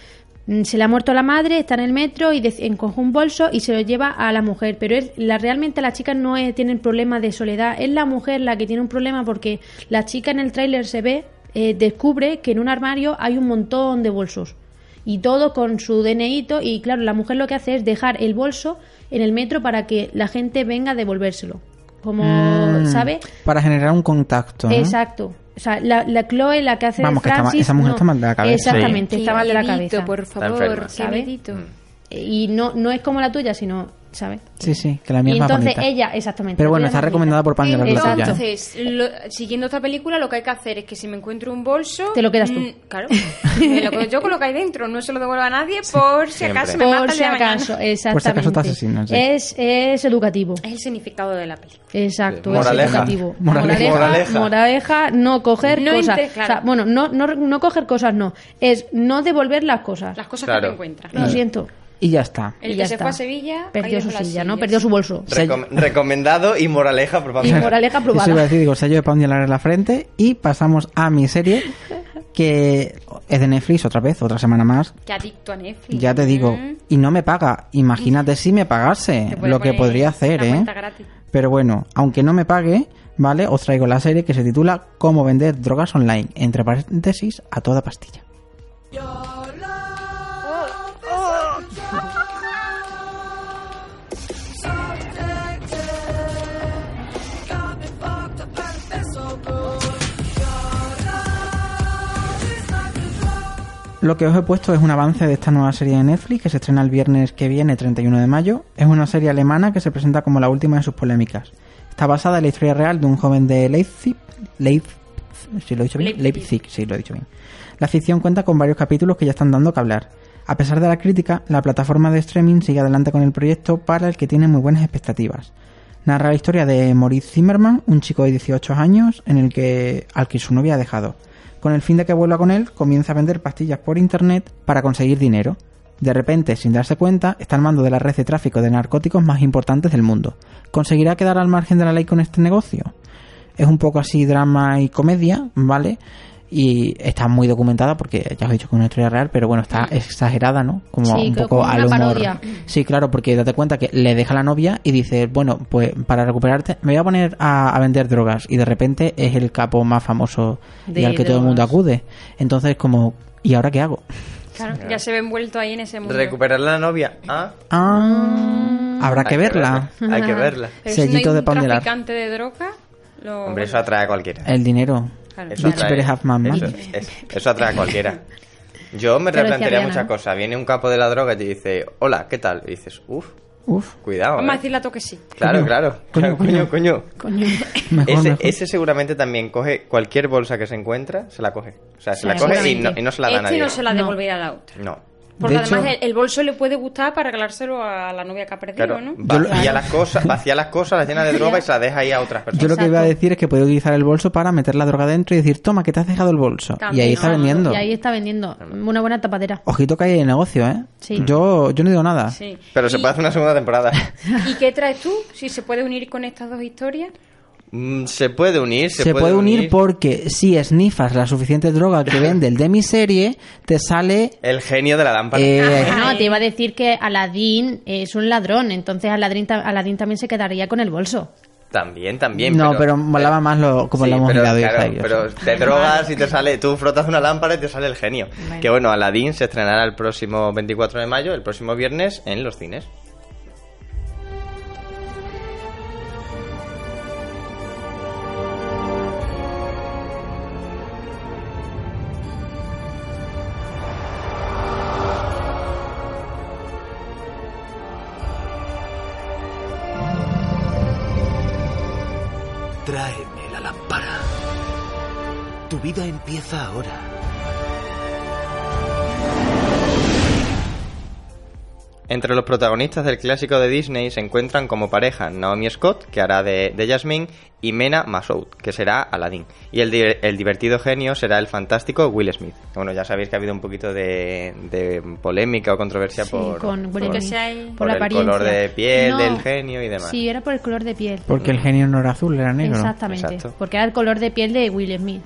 B: Mm, Se le ha muerto la madre, está en el metro y dec- encoge un bolso y se lo lleva a la mujer. Pero es, la, realmente las chicas no es- tienen problema de soledad, es la mujer la que tiene un problema porque la chica en el tráiler se ve, eh, descubre que en un armario hay un montón de bolsos y todo con su DNIto y claro, la mujer lo que hace es dejar el bolso en el metro para que la gente venga a devolvérselo. Como,
A: Mm,
B: ¿sabe?
A: Para generar un contacto. ¿no?
B: Exacto. O sea, la, la Chloe, la que hace
A: Vamos, que
B: de
A: está
B: Francis,
A: mal- esa mujer
B: no.
A: está mal de la cabeza.
B: Exactamente,
A: Sí.
B: está mal de la
G: miedito,
B: cabeza.
G: por
F: Está favor, enferma. qué
B: ¿sabe?
F: Mm.
B: Y no, no es como la tuya, sino, ¿sabes?
A: Sí, sí, que la mía
B: Y
A: es más
B: entonces
A: bonita.
B: ella, exactamente.
A: Pero
B: la
A: bueno,
B: tuya
A: está
B: es más
A: recomendada por Pandora la tuya.
L: Entonces, lo- siguiendo esta película, lo que hay que hacer es que si me encuentro un bolso.
B: Te lo quedas tú.
L: mm, claro. me lo- yo con lo que hay dentro, no se lo devuelvo a nadie por si
B: bonita.
L: acaso me mata
B: Por
L: el
B: si
L: día de mañana.
B: acaso, exactamente.
A: Por si acaso te asesinan, sí.
B: es, es educativo.
L: Es el significado de la película.
B: Exacto, es
A: Moraleja.
B: educativo.
A: Moraleja.
B: moraleja. moraleja, no coger
L: No
B: cosas.
L: inte- claro.
B: O sea, bueno, no, no, no coger cosas, no. Es no devolver las cosas.
L: Las cosas
A: Claro.
L: que te encuentras.
B: Lo siento.
A: Y ya está.
L: El
B: Y
L: que
B: ya
L: se
B: está.
L: fue a Sevilla. ahí
B: Perdió
L: dejó
B: su
L: las
B: silla, ¿no?
L: sillas.
B: Perdió su bolso.
F: Recom- recomendado y moraleja, por favor.
B: Y moraleja
A: Eso iba a
B: aprobada.
A: decir, digo, sello de Pound y alar en la frente. Y pasamos a mi serie, que es de Netflix otra vez, otra semana más.
L: Qué adicto a Netflix.
A: Ya te digo, y no me paga. Imagínate si me pagase
L: Mm. Te puede
A: lo que
L: poner
A: podría hacer,
L: la
A: ¿eh?
L: cuenta gratis.
A: Pero bueno, aunque no me pague, ¿vale? Os traigo la serie que se titula Cómo vender drogas online, entre paréntesis, a toda pastilla. Lo que os he puesto es un avance de esta nueva serie de Netflix que se estrena el viernes que viene, 31 de mayo. Es una serie alemana que se presenta como la última de sus polémicas. Está basada en la historia real de un joven de Leipzig. Leipzig, si lo he dicho bien. Leipzig, sí, lo he dicho bien. La ficción cuenta con varios capítulos que ya están dando que hablar. A pesar de la crítica, la plataforma de streaming sigue adelante con el proyecto para el que tiene muy buenas expectativas. Narra la historia de Maurice Zimmerman, un chico de 18 años en el que, al que su novia ha dejado. Con el fin de que vuelva con él, comienza a vender pastillas por internet para conseguir dinero. De repente, sin darse cuenta, está al mando de la red de tráfico de narcóticos más importantes del mundo. ¿Conseguirá quedar al margen de la ley con este negocio? Es un poco así drama y comedia, ¿vale? Y está muy documentada porque ya os he dicho que es una historia real, pero bueno, está exagerada, ¿no? Como
B: Sí,
A: un
B: que-
A: poco
B: como una
A: al humor.
B: parodia.
A: Sí, claro, porque date cuenta que le deja la novia y dice, bueno, pues para recuperarte me voy a poner a, a vender drogas y de repente es el capo más famoso y
L: De
A: al que todo el
L: drogas.
A: mundo acude. Entonces como, ¿y ahora qué hago?
L: Claro, ya se ve envuelto ahí en ese mundo.
F: Recuperar la novia. Ah,
A: Ah, habrá que verla.
F: hay que verla.
L: Pero si no hay
A: Sellitos
L: un
A: de Pound y Lar.
L: traficante de droga, lo...
F: Hombre, eso atrae a cualquiera.
A: El dinero.
L: Claro.
F: Eso
A: Bitch
F: atrae-
A: better have my money.
F: eso, eso- eso atrae a cualquiera. Yo me
B: Te lo decía
F: replantearía
B: Diana,
F: muchas
B: ¿no?
F: cosas. Viene un capo de la droga y te dice, hola, ¿qué tal? Y dices, uff,
A: Uf.
F: cuidado.
L: Vamos a
F: eh".
L: decirle a toque sí.
F: Claro,
A: Coño,
F: claro.
A: coño,
F: Claro, Coño, coño.
B: Coño.
A: Mejor,
F: ese,
A: mejor.
F: ese seguramente también coge cualquier bolsa que se encuentra, se la coge. O sea, se la
L: Sí,
F: coge y no,
L: seguramente.
F: y no se la da a
L: este
F: nadie.
L: no se la devolverá a la otra.
F: No.
L: Porque
A: De
L: además
A: hecho-
L: el, el bolso le puede gustar para regalárselo a la novia que ha perdido,
F: Claro,
L: ¿no?
F: vacía las cosas, vacía las cosas, las llena de droga y se las deja ahí a otras personas.
A: Yo lo que iba a decir es que puede utilizar el bolso para meter la droga dentro y decir, toma, que te has dejado el bolso. Y ahí está
B: Exacto.
A: vendiendo.
B: Y ahí está vendiendo. Una buena tapadera.
A: Ojito que hay negocio, ¿eh?
B: Sí.
A: Yo, yo no digo nada.
L: Sí.
F: Pero se puede hacer una segunda temporada.
L: ¿Y qué traes tú? Si se puede unir con estas dos historias.
F: Mm, se puede unir, se,
A: Se, puede, unir, porque si snifas la suficiente droga que vende el de mi serie, te sale...
F: El genio de la lámpara.
A: eh,
F: Ah,
B: No, te iba a decir que Aladín es un ladrón, entonces Aladín, ta- Aladín también se quedaría con el bolso.
F: También, también.
A: no,
F: pero
A: pero molaba más lo, como
F: Sí,
A: lo hemos
F: pero,
A: mirado y
F: claro,
A: está ahí, o
F: pero
A: sea.
F: te drogas y te sale, tú frotas una lámpara y te sale el genio.
B: Bueno.
F: Que bueno, Aladdin se estrenará el próximo 24 de mayo, el próximo viernes, en los cines.
M: Tráeme la lámpara. Tu vida empieza ahora.
F: Entre los protagonistas del clásico de Disney se encuentran como pareja Naomi Scott, que hará de, de Jasmine, y Mena Masoud, que será Aladdin. Y el, di- el divertido genio será el fantástico Will Smith. Bueno, ya sabéis que ha habido un poquito de, de polémica o controversia
B: Sí,
F: por,
B: con Will
F: por-
B: Smith.
F: por
B: Que sea el-
F: el
B: por la
F: color
B: apariencia.
F: de piel
B: No.
F: del genio y demás.
B: Sí, era por el color de piel.
A: Porque el genio no era azul, era negro.
B: Exactamente, porque era el color de piel de Will Smith.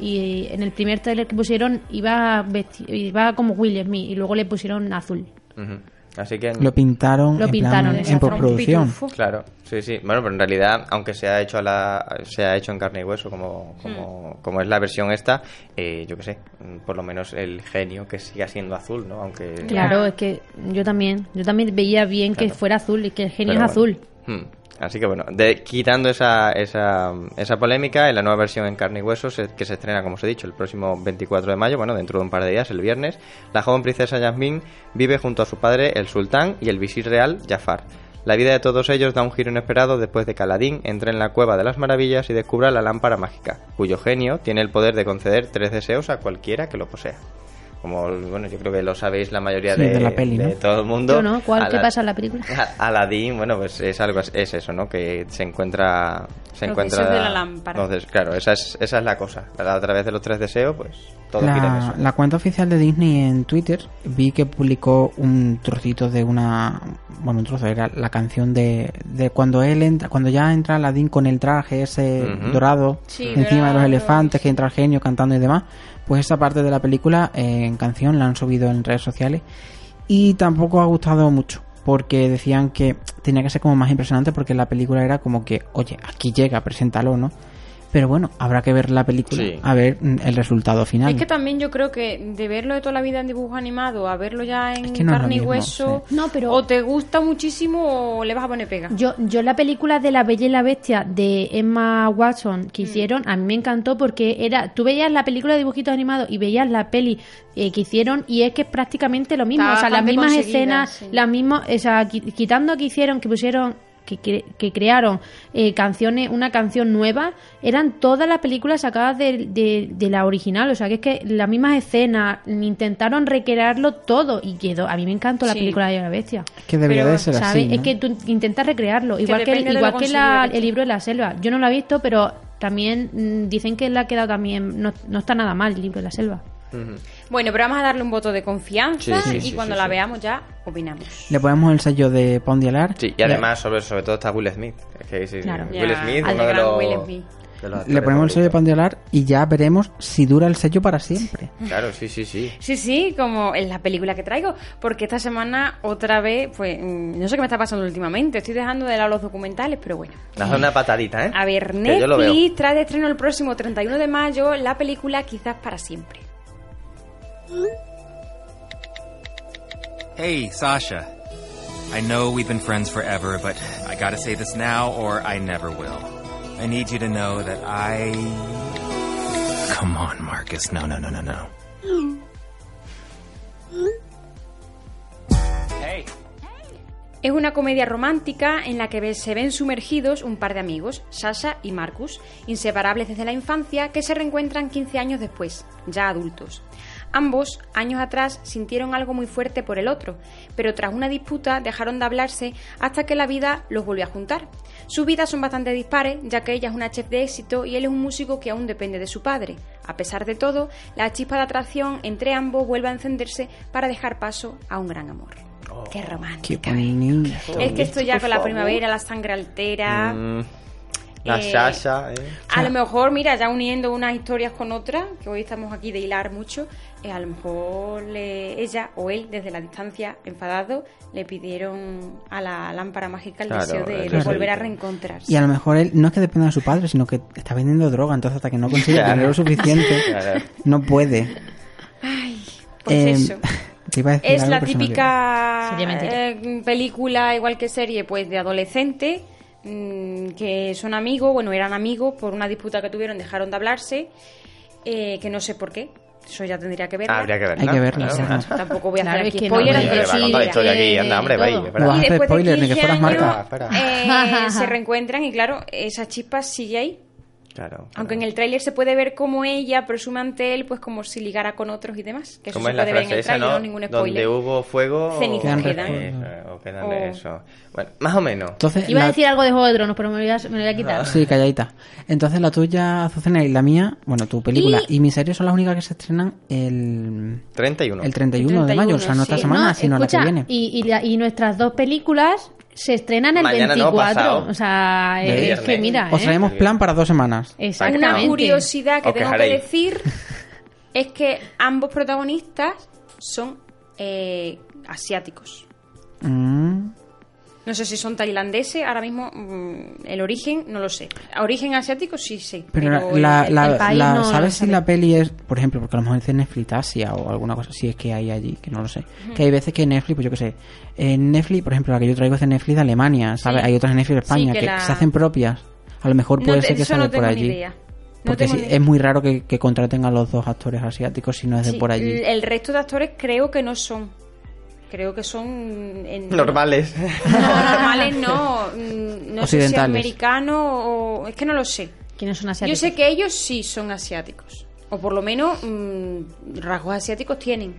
B: Y, y en el primer trailer que pusieron iba, vesti- iba como Will Smith y luego le pusieron azul.
F: Ujú. Así que
A: Lo pintaron,
B: Lo
A: en,
B: pintaron,
A: plan, en
B: exactamente.
A: postproducción.
F: Claro, sí, sí. Bueno, pero en realidad, aunque se ha hecho a la, se ha hecho en carne y hueso, como, como, como es la versión esta, eh, yo qué sé, mm, por lo menos el genio que siga siendo azul, ¿no? Aunque
B: Claro, es que yo también, yo también veía bien que
F: Claro.
B: fuera azul y que el genio
F: Pero
B: es azul.
F: bueno. Hmm. Así que bueno, de- quitando esa, esa, esa polémica, en la nueva versión en carne y hueso, se- que se estrena, como os he dicho, el próximo 24 de mayo, bueno, dentro de un par de días, el viernes, la joven princesa Yasmín vive junto a su padre, el sultán, y el visir real, Jafar. La vida de todos ellos da un giro inesperado después de que Aladín entre en la Cueva de las Maravillas y descubra la lámpara mágica, cuyo genio tiene el poder de conceder tres deseos a cualquiera que lo posea. Como, bueno, yo creo que lo sabéis la mayoría
A: Sí,
F: de,
A: de la peli, ¿no?
F: de todo el mundo.
B: Yo no, ¿cuál qué
F: Ala-
B: pasa en la película?
F: a- Aladdin, bueno, pues es algo as- es eso, ¿no? Que se encuentra se
B: Los
F: encuentra
B: deseos de la lámpara.
F: Entonces, claro, esa es esa es la cosa. A través de los tres deseos, pues todo gira en
A: La,
F: eso.
A: la cuenta oficial de Disney en Twitter vi que publicó un trocito de una bueno un trozo era la canción de, de cuando él entra cuando ya entra Aladdin con el traje ese
N: Ujú.
A: dorado
N: Sí,
A: encima de los
N: dorado.
A: elefantes que entra el genio cantando y demás pues esa parte de la película eh, en canción la han subido en redes sociales y tampoco ha gustado mucho porque decían que tenía que ser como más impresionante porque la película era como que oye aquí llega preséntalo no pero bueno habrá que ver la película
G: Sí.
A: a ver mm, el resultado final
G: Es que también yo creo que de verlo de toda la vida en dibujo animado a verlo ya en
A: que no es lo
G: carne y
A: mismo,
G: hueso, o te gusta muchísimo o le vas a poner pega.
B: Yo, yo la película de La Bella y la Bestia de Emma Watson
L: Mm.
B: que hicieron, a mí me encantó porque era, tú veías la película de dibujitos animados y veías la peli eh, que hicieron y es que es prácticamente lo mismo,
L: Está
B: o sea, las
L: bastante
B: mismas
L: conseguida,
B: escenas,
L: sí.
B: las mismas, o sea, qui- quitando que hicieron, que pusieron, que, cre- que crearon eh, canciones, una canción nueva, eran todas las películas sacadas de, de- de la original, o sea, que es que las mismas escenas, intentaron recrearlo todo y quedó, a mí me encantó la
A: Sí.
B: película de La Bella y la Bestia.
A: Que debería de ser
B: ¿sabes?
A: así,
B: Es
A: ¿no?
B: que tú intentas recrearlo, igual que, el,
L: depende de
B: igual
L: lo
B: que la-
L: conseguido que
B: el libro de la selva. Yo no lo he visto, pero también mm, dicen que le ha quedado también, no, no está nada mal el libro de la selva.
G: Bueno, pero vamos a darle un voto de confianza
F: Sí, sí,
G: y
F: sí,
G: cuando
F: sí,
G: la
F: sí.
G: veamos ya opinamos.
A: Le ponemos el sello de Pondi Alar.
F: Sí, y además sobre sobre todo está Will Smith, Es que sí, sí,
G: Claro.
F: Will
G: Ya,
F: Smith,
G: al
F: uno de
G: gran
F: los,
G: Will Smith.
F: de los
A: Le
F: actores
A: ponemos el sello de Pondi Alar y ya veremos si dura el sello para siempre.
F: favoritos. Claro, sí, sí, sí.
G: Sí, sí, como en la película que traigo, porque esta semana otra vez, pues mm, no sé qué me está pasando últimamente, estoy dejando de lado los documentales, pero bueno.
F: Haz una patadita, ¿eh?
G: A ver,
F: Que yo lo veo.
G: Netflix trae de estreno el próximo 31 de mayo la película Quizás para siempre.
O: Hey, Sasha. I know we've been friends forever, but I gotta say this now or I never will. I need you to know that I. Come on, Marcus. No, no, no, no, no.
G: Es una comedia romántica en la que ve- se ven sumergidos un par de amigos, Sasha y Marcus, inseparables desde la infancia, que se reencuentran 15 años después, ya adultos. Ambos, años atrás, sintieron algo muy fuerte por el otro, pero tras una disputa dejaron de hablarse hasta que la vida los volvió a juntar. Sus vidas son bastante dispares, ya que ella es una chef de éxito y él es un músico que aún depende de su padre. A pesar de todo, la chispa de atracción entre ambos vuelve a encenderse para dejar paso a un gran amor. ¡Qué romántico!
A: Qué bonito.
G: Es que esto ya con la primavera, la sangre altera.
F: Mm, la
G: Eh,
F: Sasha, ¿eh?
G: A lo mejor, mira, ya uniendo unas historias con otras, que hoy estamos aquí de hilar mucho, eh, a lo mejor le- ella o él, desde la distancia, enfadado, le pidieron a la lámpara mágica el
A: Claro,
G: deseo de, de
A: claro.
G: volver a reencontrarse.
A: Y a lo mejor él no es que dependa de su padre, sino que está vendiendo droga, entonces hasta que no consiga
F: Claro.
A: dinero suficiente,
F: Claro.
A: no puede.
G: Ay, pues
A: Eh,
G: eso.
A: te iba a decir
G: Es
A: algo,
G: la
A: pero se me olvidó.
G: típica
B: Sería mentira.
G: eh, película, igual que serie, pues de adolescente, mm, que son amigos, bueno, eran amigos, por una disputa que tuvieron dejaron de hablarse, eh, que no sé por qué. Eso ya tendría que verla.
F: Ah, Habría que verla. Hay que verla,
G: Exacto,
F: sí.
G: Tampoco voy a
B: Claro,
G: hacer
B: es
G: aquí
B: que no,
G: spoiler. eh,
B: hombre,
F: Hombre,
G: antes
F: va a contar la historia aquí, anda, hombre, va ahí,
A: No
F: espera.
A: vas a hacer
G: después de
A: spoiler, ni que
G: 15
A: fueras
G: años,
A: Marta.
G: eh, se reencuentran y claro, esa chispa sigue ahí.
F: Claro.
G: Aunque en el tráiler se puede ver cómo ella presume ante él, pues como si ligara con otros y demás. Que eso
F: ¿Cómo
G: se
F: es la
G: puede ver en
F: frase
G: el
F: esa,
G: tráiler,
F: no?
G: no ningún
F: Donde
G: spoiler.
F: hubo fuego... o-
G: Cenizas quedan.
F: Eso, o quedan
G: O-
F: eso. Bueno, más o menos.
A: Entonces,
B: Iba
A: Eh, la- Ah,
B: a decir algo de Juego de Tronos, pero me lo voy a, me lo voy a quitar.
A: Sí, calladita. Entonces la tuya, Azucena, y la mía, bueno, tu película y, mi serie son las únicas que se estrenan el...
F: 31.
A: El 31 de mayo, o sea, no esta
B: sí.
A: semana,
B: Eh, No,
A: sino
B: escucha,
A: la que viene.
B: Y, y la- y nuestras dos películas se estrenan el
A: Mañana no,
B: 24.
A: pasado.
B: o sea,
A: De
B: es
A: viernes.
B: que mira.
A: Os
B: ¿eh?
A: traemos plan para dos semanas.
G: Eh, Exactamente. Una curiosidad que
A: Os
G: tengo que
A: quejaréis.
G: decir es que ambos protagonistas son eh, asiáticos.
A: Mm,
G: No sé si son tailandeses, ahora mismo mm, el origen no lo sé. Origen asiático sí sé.
A: Pero la,
G: el-
A: la-
G: el
A: la-
G: país
A: la-
G: no lo
A: ¿sabes si
G: sabe.
A: la peli es, por ejemplo, porque a lo mejor dice Netflix Asia o alguna cosa así, es que hay allí, que no lo sé.
G: Ujú.
A: Que hay veces que Netflix, pues yo qué sé, en Netflix, por ejemplo, la que yo traigo es de Netflix de Alemania, ¿sabes?
G: Sí.
A: Hay otras de Netflix de
G: Sí,
A: España
G: que
A: que,
G: la-
A: se hacen propias. A lo mejor
G: No
A: puede
G: te-
A: ser que
G: eso
A: salga
G: no
A: por
G: tengo ni
A: allí.
G: idea. No
A: Porque
G: tengo
A: sí,
G: ni idea.
A: es muy raro que, que contraten a los dos actores asiáticos si no es de
G: Sí,
A: por allí.
G: El resto de actores creo que no son. Creo que son. en-
F: Normales.
G: No, normales no. mm, No sé si
A: Occidentales.
G: americanos o. Es que no lo sé.
B: ¿Quiénes son
G: Yo
B: asiáticos?
G: sé que ellos sí son asiáticos. O por lo menos mm, rasgos asiáticos tienen.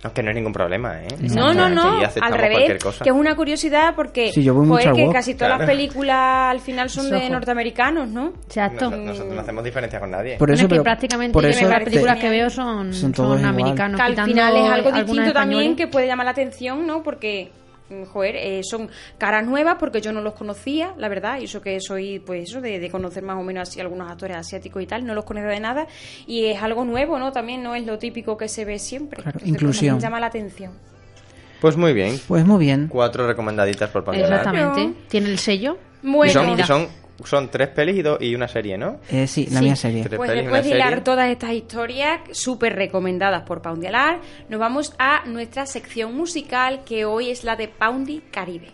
F: No, es que no hay ningún problema, ¿eh?
G: No, no, no.
F: Aquí
G: Al
F: aceptamos cualquier
G: revés.
F: cosa.
G: Que es una curiosidad porque.
F: Sí, yo voy
G: joder,
F: mucho al
G: que
F: wok.
G: casi todas las
F: Claro.
G: películas al final son de
B: Ojo.
G: norteamericanos, ¿no?
B: Exacto.
F: Nosotros, nosotros no hacemos diferencia con nadie.
A: Por
B: Bueno,
A: eso,
B: es que
A: pero-
B: prácticamente
A: por
B: yo
A: eso
B: las
A: te-
B: películas que veo son,
A: son todos igual.
B: americanos.
G: Que al
B: quitando
G: final es algo
B: algunos
G: distinto
B: españoles.
G: también que puede llamar la atención, ¿no? Porque, mm, joder, eh, son caras nuevas porque yo no los conocía, la verdad, y eso que soy, pues eso, de, de conocer más o menos así algunos actores asiáticos y tal, no los conozco de nada, y es algo nuevo, ¿no? También no es lo típico que se ve siempre.
A: Claro,
G: Entonces,
A: inclusión.
G: pues, llama la atención.
F: Pues muy bien.
A: Pues muy bien.
F: Cuatro recomendaditas por Pandora.
B: Exactamente. Tiene el sello.
F: Y son, y son, son tres pelis y, dos- y una serie, ¿no?
A: Eh, sí, la Sí. mía serie.
F: Tres
G: Pues
F: pelis y
G: después de
F: una
G: hilar
F: serie.
G: todas estas historias súper recomendadas por Poundy Alar, nos vamos a nuestra sección musical que hoy es la de Poundy Caribe.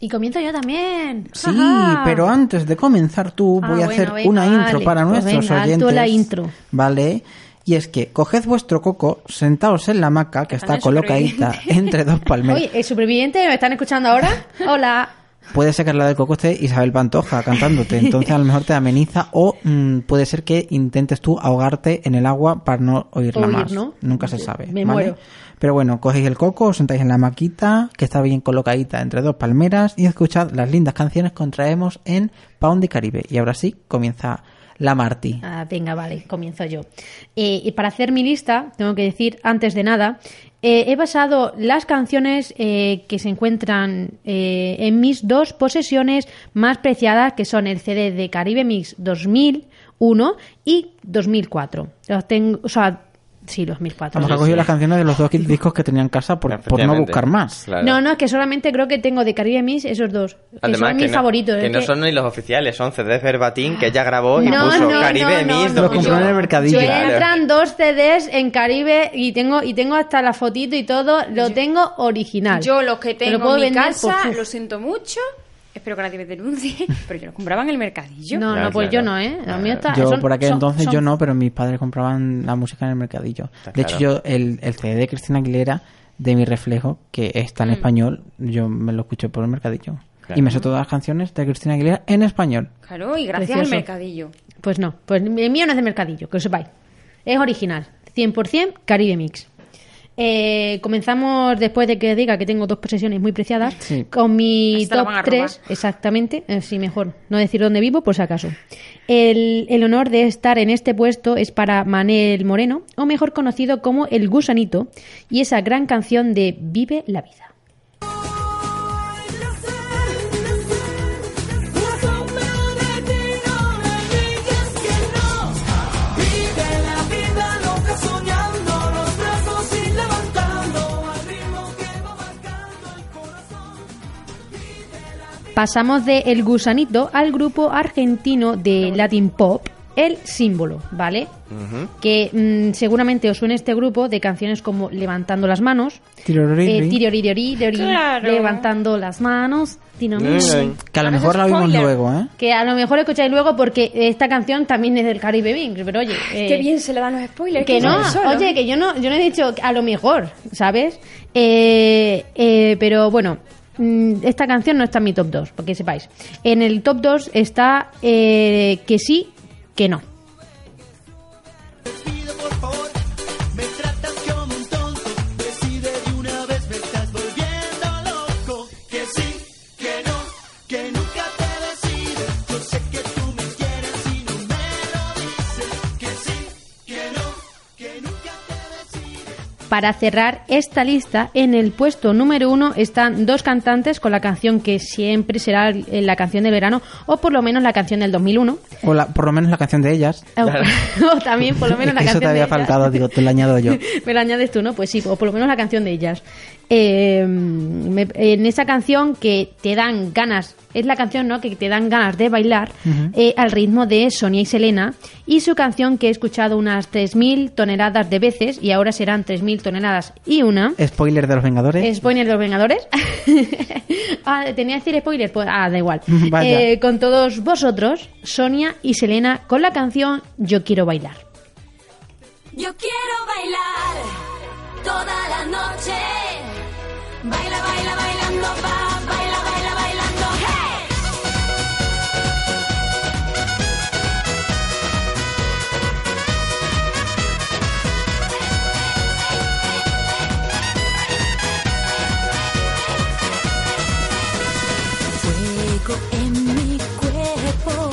B: Y comienzo yo también.
A: Sí,
B: Ajá.
A: pero antes de comenzar tú
B: Ah,
A: voy a
B: bueno,
A: hacer
B: venga,
A: una intro
B: vale.
A: para
B: Pues
A: nuestros
B: venga, alto
A: oyentes.
B: la intro.
A: Vale. Y es que coged vuestro coco, sentaos en la hamaca que está
B: Están
A: colocadita entre dos palmeras.
B: Oye, el superviviente, ¿me están escuchando ahora? Hola.
A: Puede ser que al lado del coco esté Isabel Pantoja cantándote, entonces a lo mejor te ameniza o mm, puede ser que intentes tú ahogarte en el agua para no oírla
B: Oír,
A: más.
B: ¿no?
A: Nunca se sabe.
B: Me
A: ¿vale?
B: muero.
A: Pero bueno, cogéis el coco, os sentáis en la maquita, que está bien colocadita entre dos palmeras y escuchad las lindas canciones que traemos en Pound de Caribe. Y ahora sí, comienza la Marti.
B: Ah, venga, vale, comienzo yo. Eh, y para hacer mi lista, tengo que decir, antes de nada, eh, he basado las canciones eh, que se encuentran eh, en mis dos posesiones más preciadas, que son el CD de Caribe Mix 2001 y 2004. Los tengo, o sea, sí, 2004.
A: Vamos, que ha cogido las canciones de los dos discos que tenía en casa por, por no
F: Efectivamente,
A: buscar más.
F: claro.
B: No, no, es que solamente creo que tengo de Caribe Mix esos dos. Que son mis
F: no,
B: favoritos.
F: que
B: es
F: no
B: que-
F: son ni los oficiales, son CDs verbatim que ella grabó y
B: No,
F: puso
B: no,
F: Caribe
B: no,
F: Miss
B: no,
A: Lo compró en el mercadillo.
B: Yo entran dos CDs en Caribe y tengo y tengo hasta la fotito y todo, lo tengo original.
G: Yo los que
B: Te
G: tengo
B: lo puedo
G: en mi
B: vender Pues,
G: casa,
B: por-
G: lo siento mucho. Espero que nadie me denuncie, pero yo los compraba en el mercadillo.
B: No, no, pues yo no, ¿eh? Lo mío está-
A: Yo
B: son-
A: por aquel
B: son-
A: entonces
B: son-
A: yo no, pero mis padres compraban la música en el mercadillo.
F: Está
A: De
F: claro.
A: hecho, yo el, el CD de Cristina Aguilera, de mi reflejo, que está en
B: Mm.
A: español, yo me lo escuché por el mercadillo.
F: Claro.
A: Y me sé todas las canciones de Cristina Aguilera en español.
G: Claro, y gracias
B: Precioso.
G: al mercadillo.
B: Pues no, pues el mío no es de mercadillo, que lo sepáis. Es original, 100% Caribe Mix. Eh, comenzamos después de que diga que tengo dos posesiones muy preciadas
L: Sí.
B: con mi
L: Esta la
B: top
L: van a
B: 3, exactamente, eh, sí, mejor no decir dónde vivo por si acaso. El, el honor de estar en este puesto es para Manel Moreno, o mejor conocido como El Gusanito, y esa gran canción de Vive la vida.
E: Vive la vida loca soñando, los brazos y levantando al ritmo que va
B: Pasamos de El Gusanito al grupo argentino de Latin Pop, El Símbolo, ¿vale? que mm, seguramente os suene este grupo de canciones como Levantando las manos, eh,
A: Tiroriri.
B: Tiroririori, Dori,
G: Claro.
B: Levantando las manos, Dinamita.
A: Que a lo mejor la vimos
B: Spoiler.
A: luego, ¿eh?
B: Que a lo mejor escucháis luego porque esta canción también es del Caribe Bing, pero oye... eh,
G: Qué bien se le dan los spoilers.
B: que no,
G: sale solo.
B: oye, que yo no, yo no he dicho que a lo mejor, ¿sabes? Eh, eh, pero bueno, mm, esta canción no está en mi top 2, porque sepáis. En el top 2 está eh, que sí, que no.
E: Me tratas como un tonto, decide de una vez, me estás volviendo loco. Que sí, que no, que nunca te decides. Yo sé que tú me quieres y no me lo dices. Que sí, que no, que nunca te decides.
B: Para cerrar esta lista, en el puesto número uno están dos cantantes con la canción que siempre será eh, la canción del verano, o por lo menos la canción del 2001,
A: O la- por lo menos la canción de ellas.
B: o, o también por lo menos la
A: Eso
B: canción
A: te
B: de
A: había
B: ellas.
A: faltado, digo, te lo añado yo.
B: Me la añades tú, ¿no? Pues sí, o por lo menos la canción de ellas. Eh, me- en esa canción que te dan ganas, es la canción, ¿no? Que te dan ganas de bailar
N: Ujú.
B: eh, al ritmo de Sonia y Selena. Y su canción que he escuchado unas 3.000 toneladas de veces y ahora serán 3.000 toneladas y una.
A: Spoiler de los Vengadores.
B: Spoiler de los Vengadores. ah, tenía que decir spoiler, pues ah, da igual.
A: Vaya.
B: Eh, con todos vosotros, Sonia y Selena con la canción Yo quiero bailar.
C: Yo quiero bailar toda la noche. Baila, baila, bailando, va, baila, baila, bailando, hey.
N: Fuego en mi cuerpo,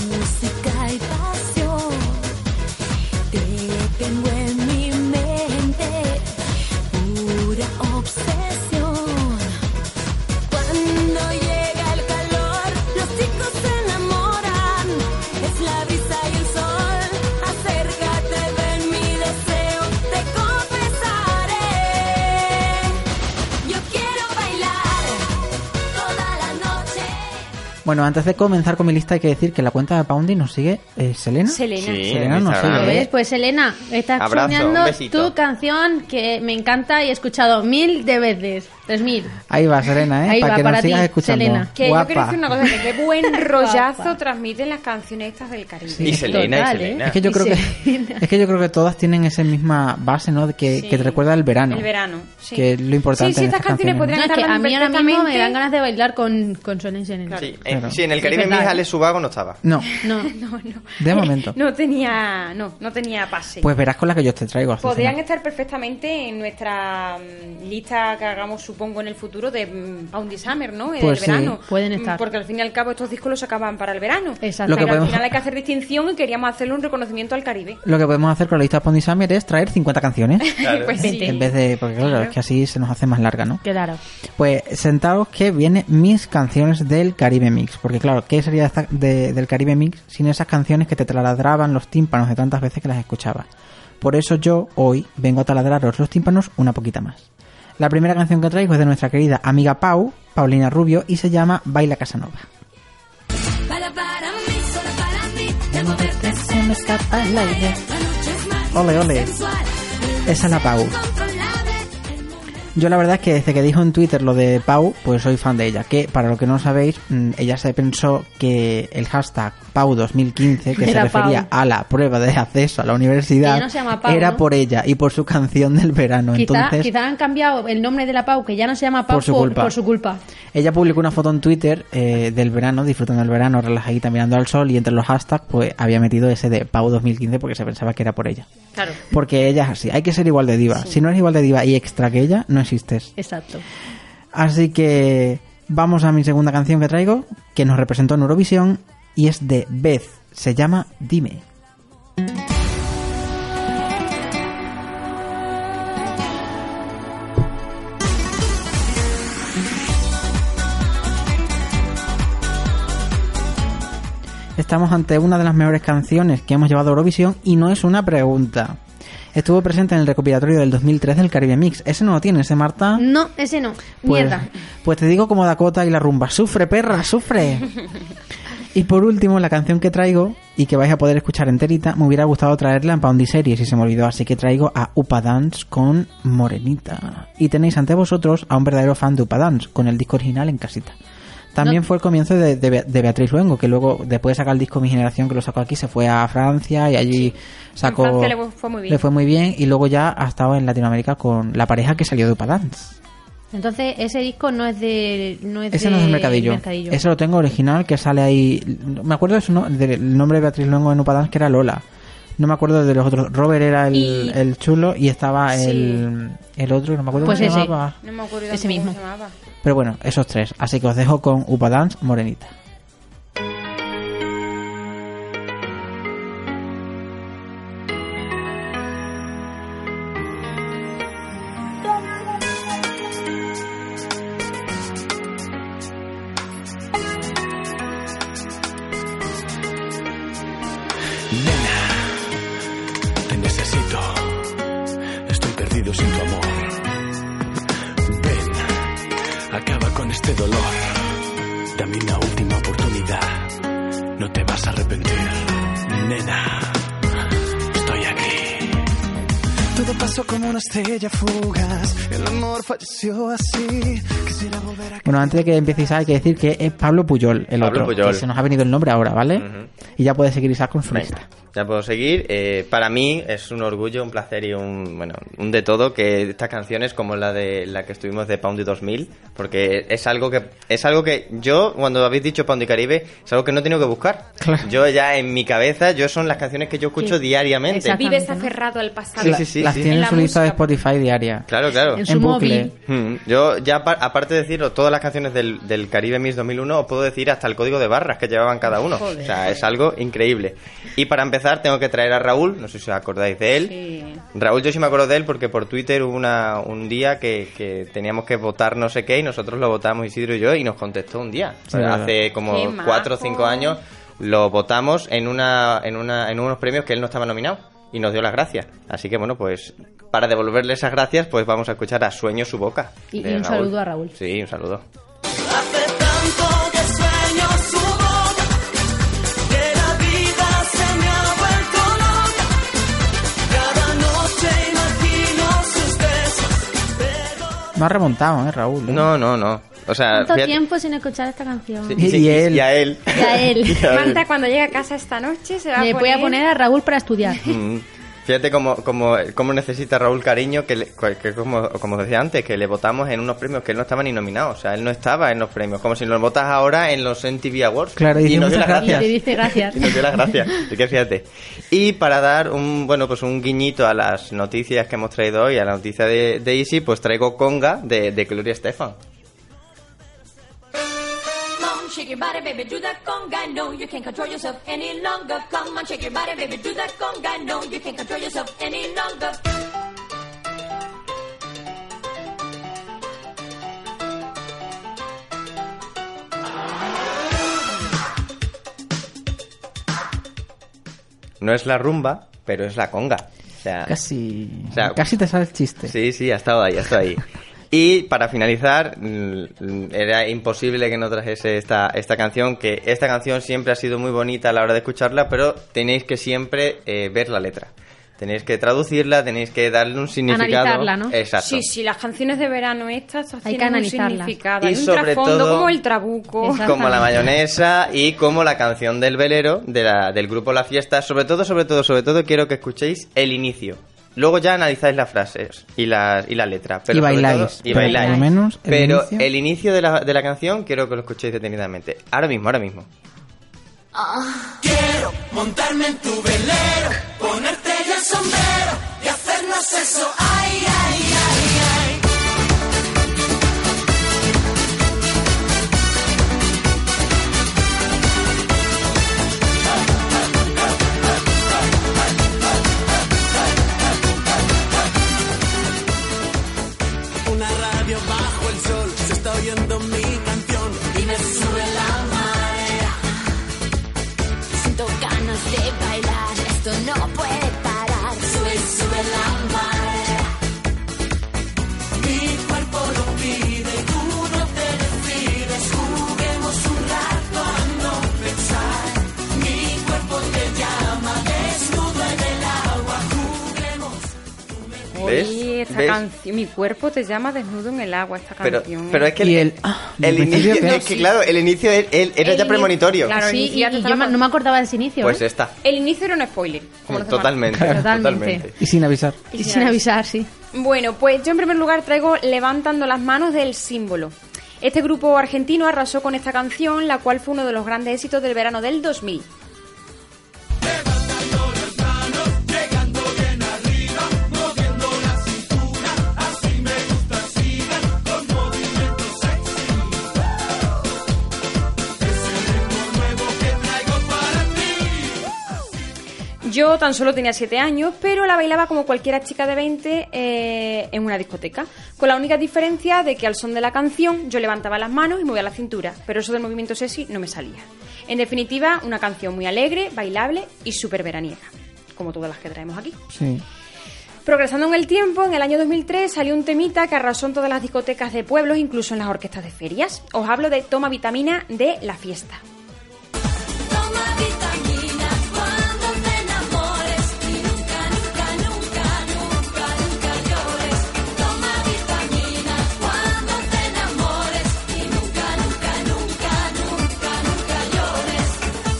N: música y pasión. Te tengo en mi mente, pura obsesión.
C: Cuando llega el calor, los chicos se enamoran. Es la brisa y el sol. Acércate, ven mi deseo, te confesaré. Yo quiero bailar toda la noche.
A: Bueno, antes de comenzar con mi lista, hay que decir que la cuenta de Poundy nos sigue eh, Selena.
B: Selena. Sí,
A: Selena
F: en
A: nos
F: Instagram.
A: sigue.
B: ¿Ves? Pues Selena, estás
A: Ah, Abrazo, un
B: soñando
A: besito.
B: tu canción que me encanta y he escuchado mil de veces. Tres mil.
A: Ahí va, Selena, ¿eh?
B: Ahí
A: para
B: va,
A: que
B: para
A: nos
B: ti,
A: sigas escuchando.
B: Selena.
G: Que yo quiero
A: Guapa.
G: decir una cosa, que qué buen rollazo transmiten las canciones estas del Caribe.
A: Sí. Y Selena,
F: y Selena.
A: Es que yo
G: Y
A: creo que-
G: Selena.
A: Es que yo creo que todas tienen esa misma base, ¿no? De Que,
G: Sí.
A: que te recuerda el verano.
G: El verano, sí.
A: Que es lo importante.
G: Sí, sí,
A: en
G: estas canciones
A: ¿no?
G: podrían
B: No, es que
G: estar
B: a mí ahora mismo me
G: perfectamente.
B: dan ganas de bailar con, con Sonia y Selena.
F: Sí, en, sí, en el Caribe mi Ale Subago no estaba.
A: No,
B: No,
G: no, no.
A: de momento.
G: No tenía, no, no tenía pase.
A: Pues verás con la que yo te traigo.
G: Podrían
A: Azucena.
G: estar perfectamente en nuestra mm, lista que hagamos, supongo, en el futuro de mm, Bounty Summer, ¿no? El
A: Pues sí.
G: verano.
B: Pueden
G: Mm,
B: estar.
G: Porque al fin y al cabo estos discos los sacaban para el verano.
A: Lo
G: Exacto.
A: que
G: Pero al
A: podemos-
G: final hay que hacer distinción y queríamos hacerle un reconocimiento al Caribe.
A: Lo que podemos hacer con la lista de Pondi Summer es traer 50 canciones.
G: Claro. Pues sí.
A: En vez de. Porque claro,
G: Claro.
A: es que así se nos hace más larga, ¿no?
B: Claro.
A: Pues sentados que vienen mis canciones del Caribe Mix. Porque claro, ¿qué sería esta- de- del Caribe Mix sin esas canciones que te taladraban los tímpanos de tantas veces que las escuchabas? Por eso yo hoy vengo a taladraros los tímpanos una poquita más. La primera canción que traigo es de nuestra querida amiga Pau, Paulina Rubio, y se llama Baila Casanova.
C: Baila para mí, solo para ti. De moverte se me escapa la idea. La noche es mágica,
A: Ole, ole.
C: sensual,
A: Esa es la Pau.
C: incontrolable.
A: Yo la verdad es que desde que dijo en Twitter lo de Pau, pues soy fan de ella. Que para lo que no sabéis, mm, ella se pensó que el hashtag Pau2015, que se
B: Era
A: refería
B: Pau.
A: a la prueba de acceso a la
B: Que
A: universidad,
B: ya no se llama Pau,
A: era
B: ¿no?
A: por ella y por su canción del verano.
B: Quizá,
A: Entonces,
B: quizá han cambiado el nombre de la Pau, que ya no se llama Pau
A: Por su culpa.
B: su culpa.
A: ella publicó una foto en Twitter eh, del verano, disfrutando del verano, relajadita mirando al sol y entre los hashtags, pues había metido ese de Pau2015 porque se pensaba que era por ella.
B: Claro.
A: Porque ella es así, hay que ser igual de diva. Si no eres igual de diva y extra que ella, no existes.
B: Exacto.
A: Así que vamos a mi segunda canción que traigo, que nos representó en Eurovisión y es de Beth. Se llama Dime. Estamos ante una de las mejores canciones que hemos llevado a Eurovisión y no es una pregunta. Estuvo presente en el recopilatorio del 2003 del Caribe Mix. Ese no lo tiene, ese Marta.
B: No, ese no.
A: Ah. Pues,
B: Mierda.
A: pues te digo como Dakota y la rumba. Sufre, perra, sufre. Y por último, la canción que traigo y que vais a poder escuchar enterita, me hubiera gustado traerla en Poundy Series y se me olvidó, así que traigo a Upa Dance con Morenita. Y tenéis ante vosotros a un verdadero fan de Upa Dance con el disco original en casita. También fue el comienzo de, de Be- de Beatriz Luengo, que luego, después de sacar el disco Mi Generación, que lo sacó aquí, se fue a Francia y allí sacó.
G: En Francia le fue muy bien.
A: le fue muy bien, y luego ya ha estado en Latinoamérica con la pareja que salió de Upa Dance.
B: Entonces, ese disco no es de. No es
A: Ese
B: de
A: no es el mercadillo.
B: Mercadillo.
A: Ese lo tengo original que sale ahí. Me acuerdo de su no- del nombre de Beatriz Luengo en Upadance que era Lola. No me acuerdo de los otros. Robert era el,
G: Y-
A: el chulo y estaba
G: Sí.
A: el, el otro, no me acuerdo cómo se llamaba.
G: No me acuerdo
B: Ese
G: tampoco
B: mismo.
G: cómo se llamaba.
A: Pero bueno, esos tres. Así que os dejo con Upadance Morenita.
P: Te necesito. Estoy perdido sin tu amor. Ven, acaba con este dolor. Dame una última oportunidad. No te vas a arrepentir, nena. Estoy aquí.
E: Todo pasó como una estrella fugaz. El amor falleció así. Quisiera volver a.
A: Bueno, antes de que empieces hay que decir que es Pablo Puyol el
F: Pablo
A: otro.
F: Puyol.
A: Que se nos ha venido el nombre ahora, ¿vale?
F: Ujú.
A: Y ya puedes seguir Isaac con su
F: Venga.
A: lista.
F: Ya puedo seguir. Eh, para mí es un orgullo, un placer y un, bueno, un de todo que estas canciones como la de la que estuvimos de Poundy 2000, porque es algo que es algo que yo cuando habéis dicho Poundy Caribe es algo que no he tenido que buscar. Yo ya en mi cabeza, yo son las canciones que yo escucho
G: Sí.
F: diariamente.
G: Vives aferrado al pasado.
F: Sí, sí, sí,
A: Las
F: sí.
A: tiene
F: En
A: en
F: la
A: su lista de Spotify diaria.
F: Claro, claro.
A: En su En bucle.
F: Mm, Yo ya apar- aparte de deciros todas las canciones del, del Caribe Miss 2001, os puedo decir hasta el código de barras que llevaban cada uno.
Q: Joder.
F: O sea, es algo increíble. Y para empezar tengo que traer a Raúl, no sé si os acordáis de él. Raúl, yo sí me acuerdo de él porque por Twitter hubo una, un día que, que teníamos que votar no sé qué y nosotros lo votamos Isidro y yo y nos contestó un día.
Q: Sí,
F: O sea,
Q: verdad.
F: hace como
Q: Qué
F: cuatro o
Q: majo.
F: cinco años lo votamos en, una, en, una, en unos premios que él no estaba nominado y nos dio las gracias. Así que bueno, pues para devolverle esas gracias pues vamos a escuchar a Sueño su boca.
B: Y- y
F: de
B: un saludo a Raúl.
F: Sí, un saludo.
E: que sueño su boca, que la vida se me ha vuelto loca. Cada noche imagino sus besos.
A: No ha remontado, ¿eh, Raúl?
F: No, no, no. O sea,
B: ¿Cuánto
F: fíjate-
B: tiempo sin escuchar esta canción?
F: Sí, sí, y, y a él.
B: Y a él.
F: Y a él.
G: Manta, cuando llegue a casa esta noche se va
B: Le
G: a
B: voy
G: poner...
B: a poner a Raúl para estudiar.
F: Mm. Fíjate cómo, cómo, cómo necesita Raúl cariño, que, le- que como, como decía antes, que le votamos en unos premios que él no estaba ni nominado. O sea, él no estaba en los premios. Como si lo votas ahora en los MTV Awards.
A: Claro, y
F: y
A: dice,
F: nos dio las
A: "Muchas
F: gracias.
B: Y te dice gracias.
F: Y nos dio las gracias. Así que fíjate. Y para dar un, bueno, pues un guiñito a las noticias que hemos traído hoy, a la noticia de, de Easy, pues traigo Conga de, de Gloria Estefan.
N: Come on, shake your body, baby, do that conga. No, you can't control yourself any longer. Come on, shake your body, baby, do that conga. No, you can't control yourself any longer.
F: No es la rumba, pero es la conga. O sea,
A: Casi,
F: o sea,
A: casi te sale el chiste.
F: Sí, sí, ha estado ahí, ha estado ahí. Y para finalizar, mm, era imposible que no trajese esta, esta canción, que esta canción siempre ha sido muy bonita a la hora de escucharla, pero tenéis que siempre eh, ver la letra. Tenéis que traducirla, tenéis que darle un significado.
G: Analizarla, ¿no?
F: Exacto.
G: Sí, sí, las canciones de verano estas
B: que
G: tienen un
B: analizarlas.
G: significado.
F: Y
G: Hay un
F: sobre
G: trasfondo
F: todo-
G: como el trabuco.
F: Como la mayonesa y como la canción del velero de la- del grupo La Fiesta. Sobre todo, sobre todo, sobre todo quiero que escuchéis el inicio. Luego ya analizáis las frases y la, y la letra. Pero
A: Y
F: sobre
A: bailáis,
F: todo- y
A: pero por
F: bailáis.
A: lo menos el
F: pero
A: inicio-
F: el inicio de la, de la canción quiero que lo escuchéis detenidamente. Ahora mismo, ahora mismo.
E: Quiero montarme en tu velero, ponerte yo el sombrero y hacernos eso. Ay, ay, ay, ay. Una radio bajo el sol, se está oyendo mi canción y me sube la marea.
N: Siento ganas de bailar, esto no puede parar. Sube
F: ¿Ves?
G: Sí, esta
F: ¿Ves?
G: canción. Mi cuerpo te llama desnudo en el agua, esta
F: Pero,
G: canción.
F: pero es que
A: Y
F: el,
A: el- ah,
F: el
A: ¿y el
F: inicio,
A: principio qué
F: no,
A: es?
F: es que claro, el inicio él- él era
G: El
F: ya
G: ini-
F: premonitorio.
G: claro, el
B: Sí,
G: inicio
B: y,
G: ya te
B: y
G: estaba
B: yo ma- no me acordaba de ese inicio.
F: Pues
B: ¿eh?
F: esta.
G: El inicio era un spoiler. como no hace falta.
F: Totalmente,
B: Totalmente.
F: totalmente.
A: Y sin avisar.
B: Y sin avisar, sí.
G: Bueno, pues yo en primer lugar traigo Levantando las manos del símbolo. Este grupo argentino arrasó con esta canción, la cual fue uno de los grandes éxitos del verano del 2000. Yo tan solo tenía 7 años, pero la bailaba como cualquiera chica de 20 eh, en una discoteca. Con la única diferencia de que al son de la canción yo levantaba las manos y movía la cintura, pero eso del movimiento sexy no me salía. En definitiva, una canción muy alegre, bailable y súper veraniega, como todas las que traemos aquí.
A: Sí.
G: Progresando en el tiempo, en el año 2003 salió un temita que arrasó en todas las discotecas de pueblos, incluso en las orquestas de ferias. Os hablo de Toma Vitamina de La Fiesta.
N: Toma vitamina cuando te enamores y nunca, nunca, nunca, nunca, nunca llores. Toma vitamina cuando te enamores y nunca, nunca, nunca, nunca, nunca llores.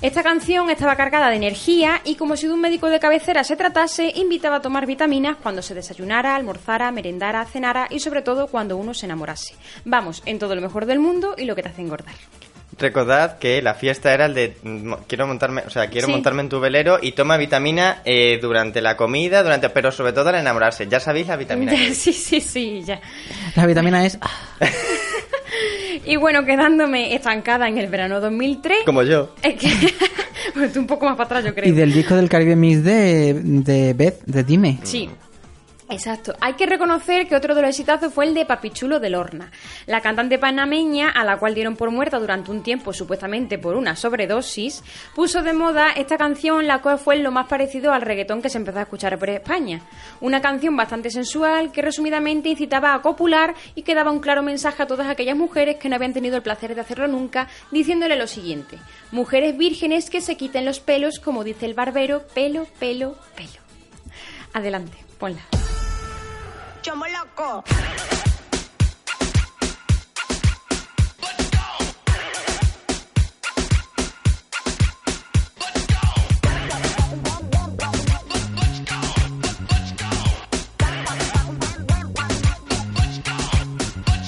G: Esta canción estaba cargada de energía y como si de un médico de cabecera se tratase, invitaba a tomar vitaminas cuando se desayunara, almorzara, merendara, cenara y sobre todo cuando uno se enamorase. Vamos, en todo lo mejor del mundo y lo que te hace engordar.
F: Recordad que la fiesta era el de mm, mo- quiero montarme, o sea, quiero
G: Sí.
F: montarme en tu velero y toma vitamina eh, durante la comida, durante, pero sobre todo al enamorarse. Ya sabéis la vitamina. que es.
G: sí, sí, sí, ya.
A: La vitamina es. ah,
G: Y bueno, quedándome estancada en el verano 2003...
F: Como yo.
G: Es que... bueno, tú un poco más para atrás, yo creo.
A: Y del disco del Caribe Miss de, de Beth, de Dime.
G: Sí. Exacto. Hay que reconocer que otro de los exitazos fue el de Papichulo de Lorna. La cantante panameña, a la cual dieron por muerta durante un tiempo supuestamente por una sobredosis, puso de moda esta canción, la cual fue lo más parecido al reggaetón que se empezó a escuchar por España. Una canción bastante sensual que resumidamente incitaba a copular y que daba un claro mensaje a todas aquellas mujeres que no habían tenido el placer de hacerlo nunca, diciéndole lo siguiente. Mujeres vírgenes que se quiten los pelos, como dice el barbero, pelo, pelo, pelo. Adelante, ponla.
N: Chomo loco.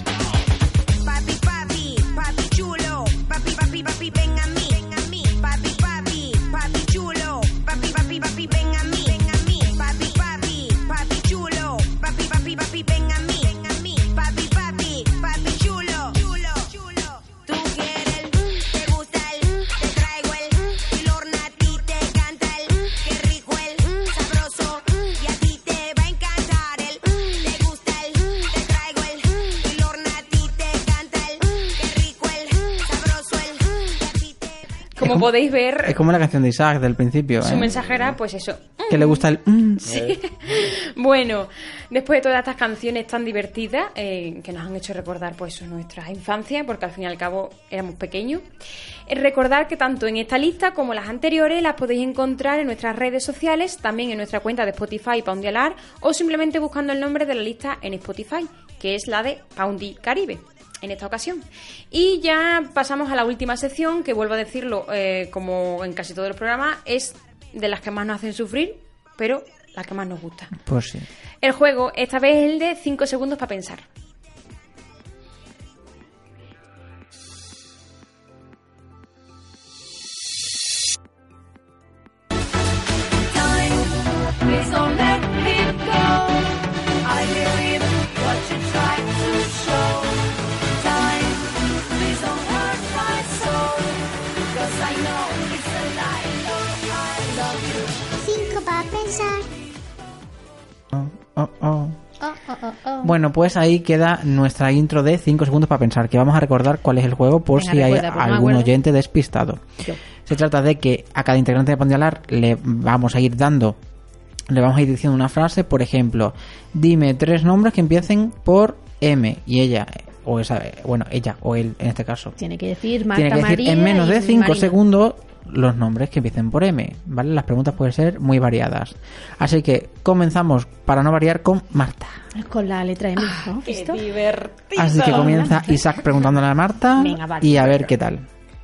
N: Papi, papi, papi chulo, papi, papi, papi, ven a mí, ven a mí, papi, papi, papi chulo, papi, papi, papi, ven a mí, ven a mí, papi, papi, papi chulo, papi, papi, papi, ven a mí, ven a mí, papi, papi, papi chulo, chulo, chulo. Tú quieres el, te gusta el, te traigo el, y Lorna a ti te canta el, qué rico el, sabroso, y a ti te va a encantar el, te gusta el, te traigo el, y Lorna a ti te canta el, qué rico el, sabroso el.
G: Como podéis ver,
A: Es como la canción de Isaac del principio,
G: su
A: ¿eh?
G: mensajera, pues eso.
A: Que le gusta el. mm,
G: Sí. Bueno, después de todas estas canciones tan divertidas eh, que nos han hecho recordar pues eso, nuestra infancia, porque al fin y al cabo éramos pequeños, eh, recordar que tanto en esta lista como las anteriores las podéis encontrar en nuestras redes sociales, también en nuestra cuenta de Spotify Poundialar o simplemente buscando el nombre de la lista en Spotify, que es la de Poundy Caribe en esta ocasión. Y ya pasamos a la última sección, que vuelvo a decirlo, eh, como en casi todos los programas, es de las que más nos hacen sufrir, pero la que más nos gusta.
A: Pues sí.
G: El juego, esta vez es el de 5 segundos para pensar.
N: Please don't let me go. I believe what you try to show. Time, please don't hurt my soul. Cause I know it's a lie. Oh, I love you. Cinco para pensar.
A: Oh, oh. Bueno, pues ahí queda nuestra intro de 5 segundos para pensar, que vamos a recordar cuál es el juego por
B: Venga,
A: si hay
B: recuerda, pues, no me
A: algún
B: acuerdo.
A: oyente despistado.
B: Yo.
A: Se trata de que a cada integrante de Pondialar le vamos a ir dando, le vamos a ir diciendo una frase, por ejemplo, dime tres nombres que empiecen por M y ella o esa, bueno, ella o él en este caso.
B: Tiene que decir Marta
A: Tiene que decir
B: María
A: en menos de
B: y
A: 5
B: Marina.
A: segundos los nombres que empiecen por M, ¿vale? Las preguntas pueden ser muy variadas. Así que comenzamos, para no variar, con Marta.
B: Con la letra M,
G: Ah,
B: ¿no? ¿Visto?
A: Así que comienza Isaac preguntándole a Marta
B: Venga, vale.
A: y a ver qué tal.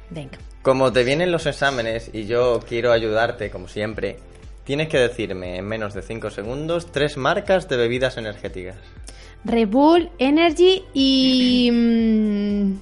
B: Venga.
F: Como te vienen los exámenes y yo quiero ayudarte, como siempre, tienes que decirme en menos de 5 segundos tres marcas de bebidas energéticas.
B: Red Bull, Energy y. mm,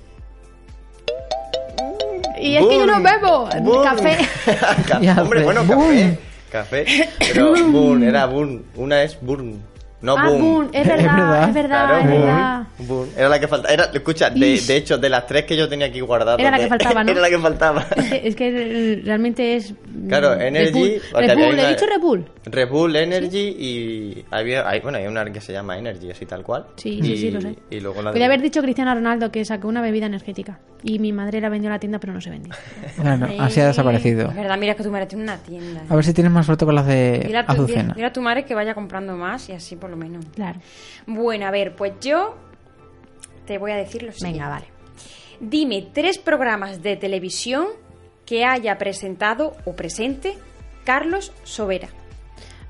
B: Y es que yo no
F: Boom.
B: bebo
F: Boom.
B: café.
F: Ca-
A: Ya
F: Hombre,
A: sé.
F: bueno, café. Café. Pero Boom, era Boom. Una es Boom. No
B: ah,
F: Boom.
B: boom, es verdad, es verdad,
F: Claro,
B: es
F: Boom.
B: verdad.
F: Boom. Era la que faltaba. Era, escucha, de, de hecho, de las tres que yo tenía aquí guardadas.
B: Era la que
F: de-
B: faltaba, ¿no?
F: Era la que faltaba.
B: Es que- Es que eh, realmente es. mm,
F: Claro,
B: Red
F: Energy.
B: Bull.
F: porque
B: Red
F: había
B: Bull,
F: una-
B: he dicho Red Bull.
F: Red Bull, Energy y. Había, hay, bueno, hay una que se llama Energy, así tal cual.
B: Sí,
F: y,
B: sí, sí, lo sé.
F: Y luego la de-
B: Podría haber dicho Cristiano Ronaldo que sacó una bebida energética. Y mi madre la vendió a la tienda, pero no se vendió.
A: Bueno, así ha desaparecido.
G: Eh, Es verdad, mira que tu madre tiene una tienda.
A: A ver si tienes más suerte con las de
G: Dile a, tu,
A: Azucena.
G: dile a tu madre que vaya comprando más y así por lo menos.
B: Claro.
G: Bueno, a ver, pues yo te voy a decir lo siguiente. Venga, vale. Dime tres programas de televisión que haya presentado o presente Carlos Sobera.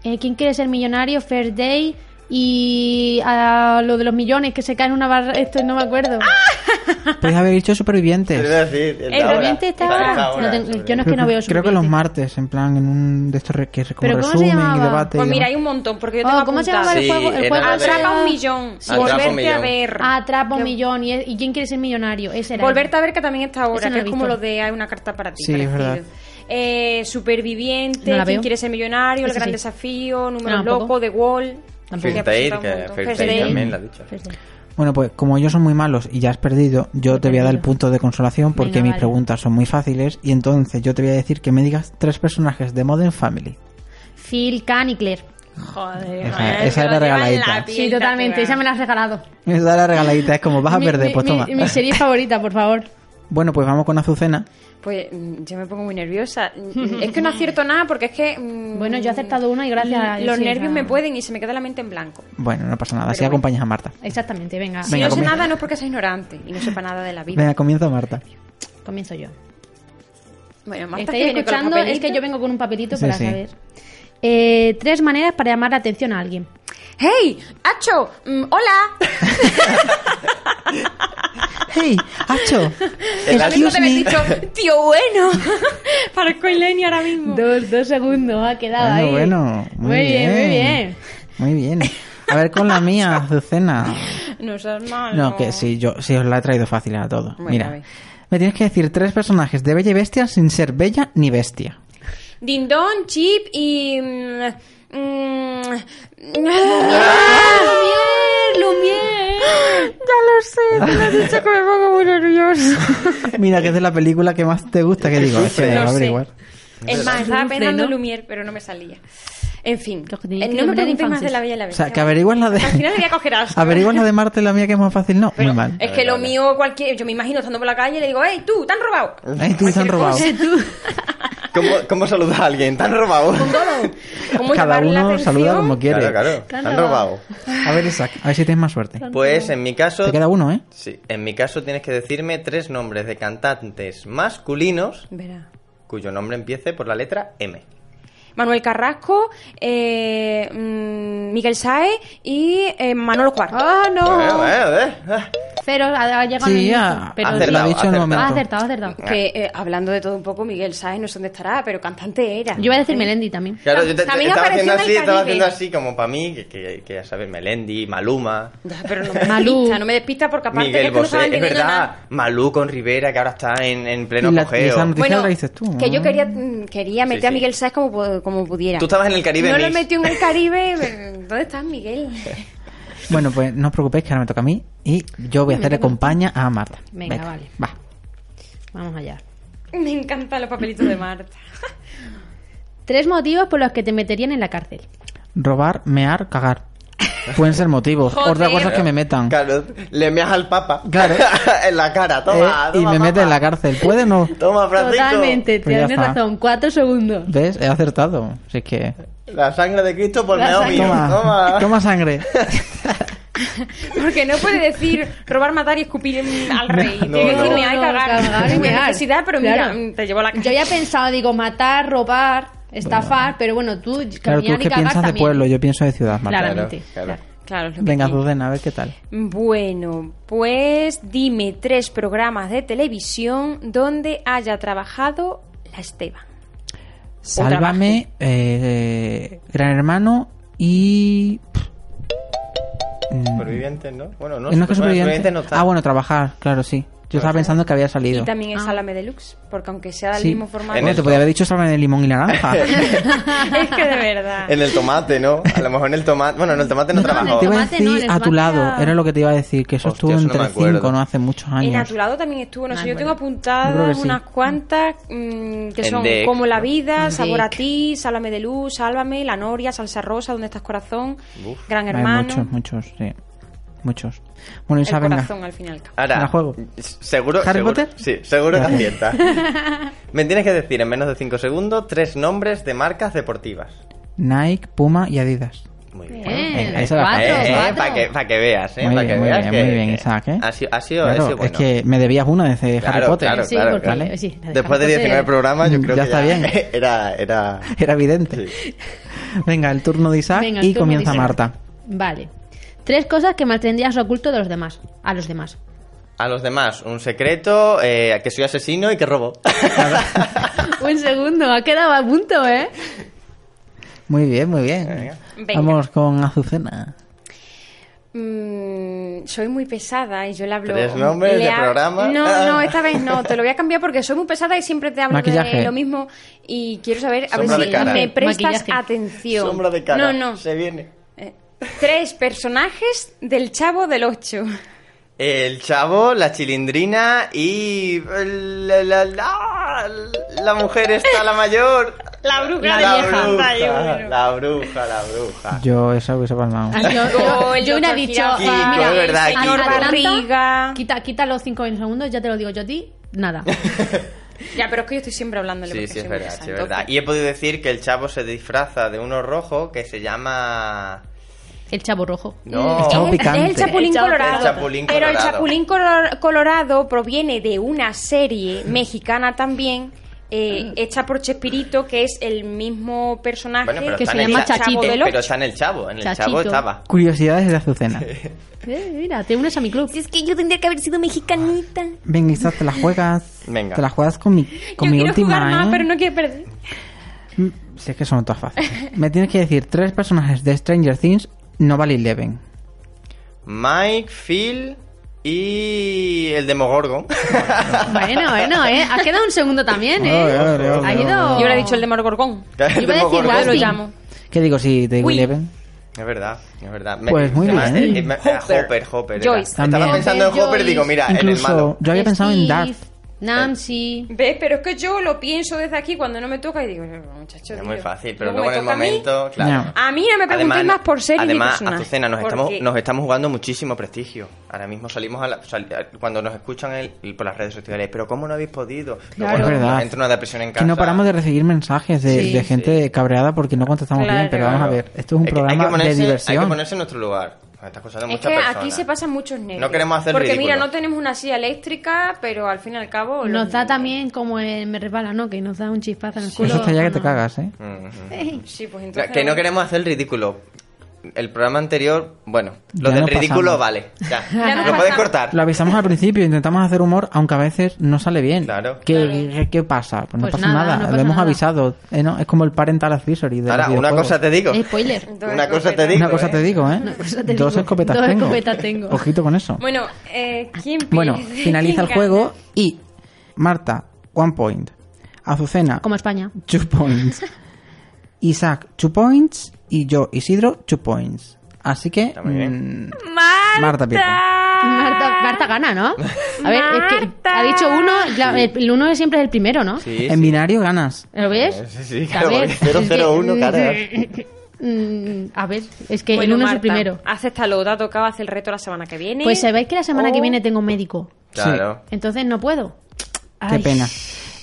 B: Eh, ¿Quién quiere ser millonario? Fair Day y a lo de los millones que se cae en una barra. Esto no me acuerdo.
G: Ah,
A: Puedes haber dicho
F: Te iba
A: supervivientes.
F: a decir, el de
B: El
F: ahora.
B: Eh, realmente está-
F: El de ahora,
B: no tengo-
F: sobre-
B: yo no es que no veo
A: Creo que los martes, en plan, en un de estos re- que es como
B: ¿Pero cómo se
A: resumen y
B: llamaba?
A: debate.
G: Pues
A: y
G: mira,
A: demás.
G: hay un montón, porque yo
B: Oh,
G: tengo
B: ¿Cómo se llama
G: apuntadas.
B: el
F: Sí,
B: juego? El
F: era
B: juego
F: la de-
G: Atrapa un millón.
B: Sí. Ah,
F: Atrapa un
G: Volverte a
F: millón.
G: ver.
B: Atrapa un
G: Que-
B: millón. ¿Y, ¿Y quién quiere ser millonario? Ese era.
G: Volverte a ver que también está
B: Ese
G: ahora,
B: no
G: que
B: lo
G: es
B: he
G: como
B: visto.
G: lo de hay una carta para ti.
A: Sí, es
G: parecido.
A: verdad.
G: Eh, superviviente,
B: No la
G: ¿Quién
B: veo.
G: quiere ser millonario? El
B: Ese
G: gran
B: sí.
G: desafío, Número
B: No, tampoco.
G: loco, The Wall.
B: Tampoco.
F: First
G: Que ha
F: Aid,
G: presentado un
F: que
G: montón.
F: First
G: First
F: Aid
G: Aid.
F: también la ha dicho.
B: Fair Day.
A: Bueno, pues como ellos son muy malos y ya has perdido, yo te voy a dar el
B: perdido.
A: punto de consolación porque
B: Venga,
A: mis
B: vale.
A: preguntas son muy fáciles y entonces yo te voy a decir que me digas tres personajes de Modern Family.
B: Phil Can y Claire.
G: Joder,
A: Esa-
G: madre,
A: esa
G: te lo
A: era
G: llevan
A: regaladita.
G: la piel,
B: Sí, totalmente.
G: tatuado.
B: Esa me la has regalado.
A: Esa es la regaladita, es como vas a
B: Mi-
A: perder,
B: mi-
A: pues
B: mi-
A: toma.
B: mi serie favorita, por favor.
A: Bueno, pues vamos con Azucena.
G: Pues mm, yo me pongo muy nerviosa. Mm, es que no acierto nada porque es que. mm,
B: Bueno, yo he acertado una y gracias a
G: Los
B: sí,
G: nervios
B: o sea-
G: me pueden y se me queda la mente en blanco.
A: Bueno, no pasa nada, así
G: Pero bueno.
A: acompañas a Marta.
B: Exactamente, venga.
G: Si
A: Venga,
G: no sé
A: comienza.
G: nada, no es porque sea ignorante y no sepa nada de la vida.
A: Venga, comienza Marta.
B: Comienzo yo.
G: Bueno, Marta, que
B: ¿Estáis
G: viene con los
B: escuchando? Es
G: papelitos.
B: que yo vengo con un papelito
A: Sí,
B: para
A: sí.
B: saber. Eh, tres maneras para llamar la atención a alguien.
G: ¡Hey! ¡Acho! mm, ¡Hola!
A: ¡Hey! ¡Hacho!
F: El Alex
G: Amigo, te
A: ¡Excuse
G: habéis
A: me!
G: dicho, tío bueno. Parezco Eleni ahora mismo.
B: Dos, dos segundos, ha quedado
A: Bueno,
B: ahí.
A: bueno, muy,
B: bien, muy bien.
A: Muy bien. A ver con la mía, Azucena.
G: Ah, No seas malo.
A: No, que sí, yo sí os la he traído fácil a todos.
G: Bueno, a
A: Mira,
G: ver.
A: me tienes que decir tres personajes de Bella y Bestia sin ser Bella ni Bestia.
G: Dindón, Chip y. mm, mm, Ya lo sé, te lo he dicho que me pongo muy nerviosa.
A: Mira, que es de la película que más te gusta, que digo, este,
G: Lo
A: a
G: sé.
A: averiguar.
G: Es más, estaba
B: Sufre,
G: pensando
B: ¿no?
G: Lumière, pero no me salía. En fin,
B: Lo que tenía
G: eh,
B: que
G: no me
B: nombrar
G: preguntes más
B: infantes.
G: de la bella y la
A: O
G: bestia.
A: sea, que averiguas la de...
G: Al final le voy a coger asco.
A: Averiguas la de Marte, la mía, que es más fácil. No, muy mal.
G: Es que lo mío, cualquier, yo me imagino estando por la calle y le digo, ¡Ey, tú, te han robado!
A: Ay, tú, te han robado.
F: ¿Cómo, ¿Cómo saluda a alguien? ¿Te han robado?
G: ¿Cómo
A: Cada
G: llamar la
A: uno
G: atención?
A: saluda como quiere.
F: Claro, claro. ¿Te han robado?
A: A ver, Isaac, a ver si tienes más suerte.
F: Pues en mi caso...
A: Te queda uno, ¿eh?
F: Sí, en mi caso tienes que decirme tres nombres de cantantes masculinos
G: Verá.
F: cuyo nombre empiece por la letra M.
G: Manuel Carrasco, eh, mm, Miguel Saez y eh, Manolo Cuarto.
B: ¡Ah,
G: Oh.
F: Eh,
B: no!
F: eh, eh, ah.
B: Pero ha, ha llegado
A: Sí,
B: en el
A: ya,
B: minuto, pero
A: Te lo ha
F: acertado,
A: dicho en el
F: acertado.
A: momento.
B: Ha acertado, ha acertado.
G: Que eh, hablando de todo un poco, Miguel Saez no sé dónde estará, pero cantante era.
B: Yo iba a decir Melendi también.
F: Claro, yo te- te-
G: También
F: estaba
G: apareció
F: haciendo
G: en el
F: así, estaba
G: Caribe.
F: haciendo así como para mí, que, que, que ya sabes, Melendi, Maluma,
G: Ya, pero no me
B: Malú.
G: despista, no me despista porque aparte que
F: Miguel
G: es que no
F: Bosé,
G: estaban
F: es
G: teniendo
F: verdad,
G: nada.
F: Malú con Rivera, que ahora está en, en pleno
A: Y la- y
F: cogeo.
A: esa noticia
G: Bueno,
A: la dices tú.
G: que yo
A: ¿no?
G: quería, mm, quería meter
F: Sí,
G: a
F: sí.
G: Miguel Saez como, pu- como pudiera.
F: Tú estabas en el Caribe
G: no
F: Mix.
G: lo metió en el Caribe. pero, ¿Dónde estás, Miguel?
A: Bueno, pues no os preocupéis que ahora me toca a mí y yo voy a hacerle compañía a Marta.
B: Venga, vale.
A: Va.
B: Vamos allá.
G: Me encantan los papelitos de Marta.
B: Tres motivos por los que te meterían en la cárcel.
A: Robar, mear, cagar. Pueden ser motivos.
G: Joder.
A: Otra cosa es que me metan. ¿eh?
F: Claro, le meas al papa
A: Claro.
F: en la cara,
A: Eh,
F: toma,
A: y
F: toma,
A: me meten en la
F: papa.
A: cárcel. ¿Puede o no?
F: Toma, Francisco.
B: Totalmente,
A: Pues ya
B: tienes
A: está.
B: razón. Cuatro segundos.
A: ¿Ves? He acertado. Así que.
F: La sangre de Cristo por
B: La
F: medio
B: sangre.
F: mío.
A: Toma,
F: Toma.
A: toma sangre.
G: Porque no puede decir robar, matar y escupir en- al rey.
B: No,
G: Tiene que
B: no.
G: decir mear y
B: No,
G: cagar.
B: cagar y
G: Una
B: mear.
G: necesidad, pero
B: Claro.
G: mira, mm, te llevo a la
B: Yo había pensado, digo, matar, robar, estafar, pero bueno, tú caminar
A: Claro, tú es
B: y
A: que
B: cagar
A: piensas de
B: también.
A: pueblo, yo pienso de ciudad, Marta.
B: Claramente,
G: Claro, es lo que
A: Venga,
G: tiene.
A: Duden, a ver qué tal.
G: Bueno, pues dime tres programas de televisión donde haya trabajado la Esteban.
A: Sálvame, eh, Gran Hermano y... Mm.
F: Supervivientes, ¿no? Bueno, no,
A: Eh, no es que
F: supervivientes
A: superviviente.
F: no está.
A: ah, bueno, trabajar, claro, sí. Yo estaba pensando que había salido.
G: Y también es Salame Deluxe, porque aunque sea del
A: Ah. Sí.
G: mismo formato.
A: Bueno, te podía haber dicho salme de limón y naranja.
G: es que de verdad.
F: En el tomate, ¿no? A lo mejor en el tomate. Bueno, en el tomate no, trabajó.
A: te iba a decir a tu lado, era lo que te iba a decir, que eso estuvo
F: eso
A: en
F: no me
A: Telecinco
F: acuerdo.
A: no hace muchos
G: En
A: años.
G: Atulado también estuvo, no
B: Ah,
G: sé,
B: es
G: yo tengo
B: verdad.
A: Yo creo que
G: apuntadas
A: sí.
G: unas cuantas mm, que
F: En
G: son
F: Dec,
G: Como la vida,
B: En
G: Sabor a
B: Dec.
G: ti, Sálvame de luz, Sálvame, La Noria, Salsa Rosa, ¿Dónde estás corazón?
F: Uf.
G: Gran
A: Hay
G: Hermano,
A: muchos, muchos, sí. Muchos. Bueno, Isa,
G: El
A: venga.
G: corazón al final.
F: Ahora,
A: La juego. Ah.
F: Seguro,
A: ¿Harry
F: seguro-
A: Potter?
F: Sí, seguro que
A: Vale.
F: acierta. Me tienes que decir en menos de 5 segundos tres nombres de marcas deportivas.
A: Nike, Puma y Adidas.
F: Muy
B: bien.
A: Eh, esa la
B: cuatro,
A: jugué.
B: cuatro.
F: para que, pa' que veas, ¿eh?
A: Muy
F: Para que
A: bien, muy
F: veas
A: bien,
F: que,
A: muy bien,
F: que
A: Isaac, ¿eh?
F: Ha sido, ha sido, ha
A: Claro,
F: sido bueno.
A: es que me debías una desde
F: Claro,
A: Harry Potter. ¿eh?
F: claro,
B: Sí,
F: claro,
B: porque-
F: claro.
B: sí, la de
F: Después
B: Harry
F: de
B: Potter
F: 19
B: era-
F: programas, yo
A: Mm,
F: creo
A: ya
F: que
A: está bien.
F: Era, era...
A: Era evidente. Venga, el turno de Isaac
B: Venga, el
A: y
B: turno
A: comienza
B: de Isaac.
A: Marta.
B: Vale. Tres cosas que mantendrías oculto de los demás, a los demás.
F: A los demás, un secreto, eh, que soy asesino y que robo.
B: Un segundo, ha quedado a punto, ¿eh?
A: Muy bien, muy bien.
G: Venga.
A: Vamos con Azucena.
G: Mm, soy muy pesada y yo le hablo.
F: ¿Tres nombres
G: le
F: de
G: ha-
F: programa? Ah.
G: No, no, esta vez no. Te lo voy a cambiar porque soy muy pesada y siempre te hablo
A: Maquillaje.
G: de lo mismo. Y quiero saber a
F: Sombra
G: ver
F: de
G: si
F: cara.
G: me prestas
B: Maquillaje.
G: atención.
F: Sombra de cara.
G: No, no.
F: Se viene.
G: Tres personajes del Chavo del Ocho.
F: El chavo, la chilindrina y... La, la, la, ah, la mujer está la mayor.
G: La bruja de
F: la,
G: vieja.
F: bruja,
G: Ay, bueno.
F: la bruja, la bruja.
A: Yo esa hubiese palmado.
B: Ah, Yo, yo hubiera dicho,
F: Jirafa,
B: eh, mira,
F: es verdad,
B: a-
F: Kiko.
B: Atlanta,
G: Barriga.
B: quita, quita los cinco segundos, ya te lo digo yo a ti, nada.
G: Ya, pero es que yo estoy siempre hablándole.
F: Sí,
G: porque
F: sí, es
G: soy
F: verdad,
G: muy
F: sí, es
G: pesada.
F: verdad. Y he podido decir que el chavo se disfraza de uno rojo que se llama...
B: El chavo rojo.
F: No.
A: El chavo
G: Oh. Es-
A: picante.
G: Es el Chapulín
B: El Chapo-
G: Colorado.
F: El Chapulín
G: Pero el
F: Colorado.
G: Chapulín Color- Colorado proviene de una serie mexicana también. eh, hecha por Chespirito, que es el mismo personaje
F: Bueno, pero
B: Que
F: está
B: se
F: en el
B: llama
F: Cha-
B: Chachito.
F: eh,
G: del
F: Pero
G: Ocho.
F: está en el chavo, en el
B: Chachito.
F: chavo estaba.
A: Curiosidades de Azucena.
B: Eh, mira, te unes a mi club.
J: Si es que yo tendría que haber sido mexicanita.
A: Venga, Isaac, te la juegas.
F: Venga.
A: Te la juegas con mi, con
G: Yo
A: mi
G: quiero
A: última.
G: jugar más,
A: ¿eh?
G: pero no quiero perder.
A: Mm, Si es que son todas fáciles. Me tienes que decir tres personajes de Stranger Things, no vale Eleven.
F: Mike, Phil y el Demogorgon.
B: Bueno, bueno, ¿eh? Has quedado un segundo también, ¿eh?
A: Ole, ole, ole,
B: ha
A: ole.
B: ido...
G: Yo le he dicho el de Morgorgón.
B: Yo
F: El
B: iba a decir
F: Demogorgon.
G: Yo Oh. lo
B: Gaspi.
G: llamo.
A: ¿Qué digo si te digo
G: Uy.
A: Eleven?
F: Es verdad, es verdad.
A: Pues muy
F: se llama-
A: bien.
F: eh, eh, me- era
G: Hopper.
F: Hopper, Hopper. era.
G: Joyce.
A: También.
F: Estaba pensando en
B: Hopper,
F: Hopper,
B: Joyce.
F: digo, mira, en el
A: Incluso
F: Ah, malo.
A: yo había pensado en
B: Steve,
A: Darth.
B: Nancy...
G: ¿Ves? Pero es que yo lo pienso desde aquí cuando no me toca y digo, no, muchacho.
F: Es
G: tío,
F: muy fácil, pero
G: luego
F: luego en el
G: me toca a mí.
F: momento, claro.
A: No.
G: A mí no me preguntéis más por series ni
F: Además,
G: personajes,
F: Azucena, nos
G: porque-
F: estamos, nos estamos jugando muchísimo prestigio. Ahora mismo salimos a la, sal- a- cuando nos escuchan el- el- por las redes sociales, pero ¿cómo no habéis podido? Luego
A: Es
F: nos- nos
A: verdad.
F: entra una depresión en casa.
A: Que no paramos de recibir mensajes de,
B: Sí.
A: de gente cabreada porque no contestamos
G: Claro.
A: bien, pero vamos a ver. Esto es un
F: que-
A: programa
F: que ponerse-
A: de
F: Hay que
A: diversión.
F: ponerse en nuestro lugar. Estas cosas de
G: Es
F: muchas
G: que
F: personas.
G: aquí se pasan muchos nervios.
F: No queremos hacer
G: Porque mira,
F: ridículo.
G: no tenemos una silla eléctrica, pero al fin y al cabo...
B: Nos
G: los-
B: da también como el me resbala, ¿no? Que nos da un chispazo en el culo.
A: Eso está ya que te
B: Ah,
A: cagas, ¿eh?
F: Ujú.
G: Sí, pues
F: O sea,
G: entonces...
F: Que no queremos hacer el ridículo. El programa anterior, bueno, lo
A: Ya
F: del
A: no
F: ridículo
A: pasamos.
F: vale. Ya,
G: Ya no
F: lo puedes
G: pasamos.
F: cortar.
A: Lo avisamos al principio, intentamos hacer humor, aunque a veces no sale bien.
F: Claro.
A: ¿Qué, qué- qué pasa? Pues no
B: Pues
A: pasa
B: nada,
A: nada,
B: no
A: lo
B: pasa
A: hemos
B: nada.
A: avisado. eh, no, Es como el parental advisory de
F: Ahora,
A: los
F: una
A: videojuegos.
F: cosa te digo.
B: Eh, Spoiler.
F: Una cosa te digo.
A: Una cosa
F: ¿eh?
A: te digo, ¿eh?
B: cosa te
A: Dos
B: digo.
A: escopetas
B: Dos
A: tengo.
B: escopetas tengo.
A: Ojito con eso.
G: Bueno, eh, ¿quién
A: Ah, Bueno,
G: pierde?
A: finaliza el
G: ¿Quién gana?
A: juego y Marta, one point. Azucena,
B: Como España.
A: two points. Isaac, two points. Y yo, Isidro, two points. Así que.
F: Está muy bien.
A: mm,
G: ¡Marta!
A: Marta pierde.
B: Marta, Marta gana, ¿no? A ver, es que
G: Marta.
B: ha dicho uno, la- el, el uno siempre es el primero, ¿no?
F: Sí,
A: en binario ganas.
B: ¿Lo ves?
F: Sí, sí,
B: A
F: claro,
B: ver,
F: porque
B: es que-
F: 001, cara.
B: Mm, A ver, es que el
G: Bueno,
B: uno es el
G: Marta,
B: primero.
G: Acéptalo, te ha tocado hacer el reto la semana que viene.
B: Pues sabéis que la semana
G: Oh.
B: que viene tengo médico.
F: Claro.
B: Entonces no puedo.
A: Qué
B: Ay.
A: pena.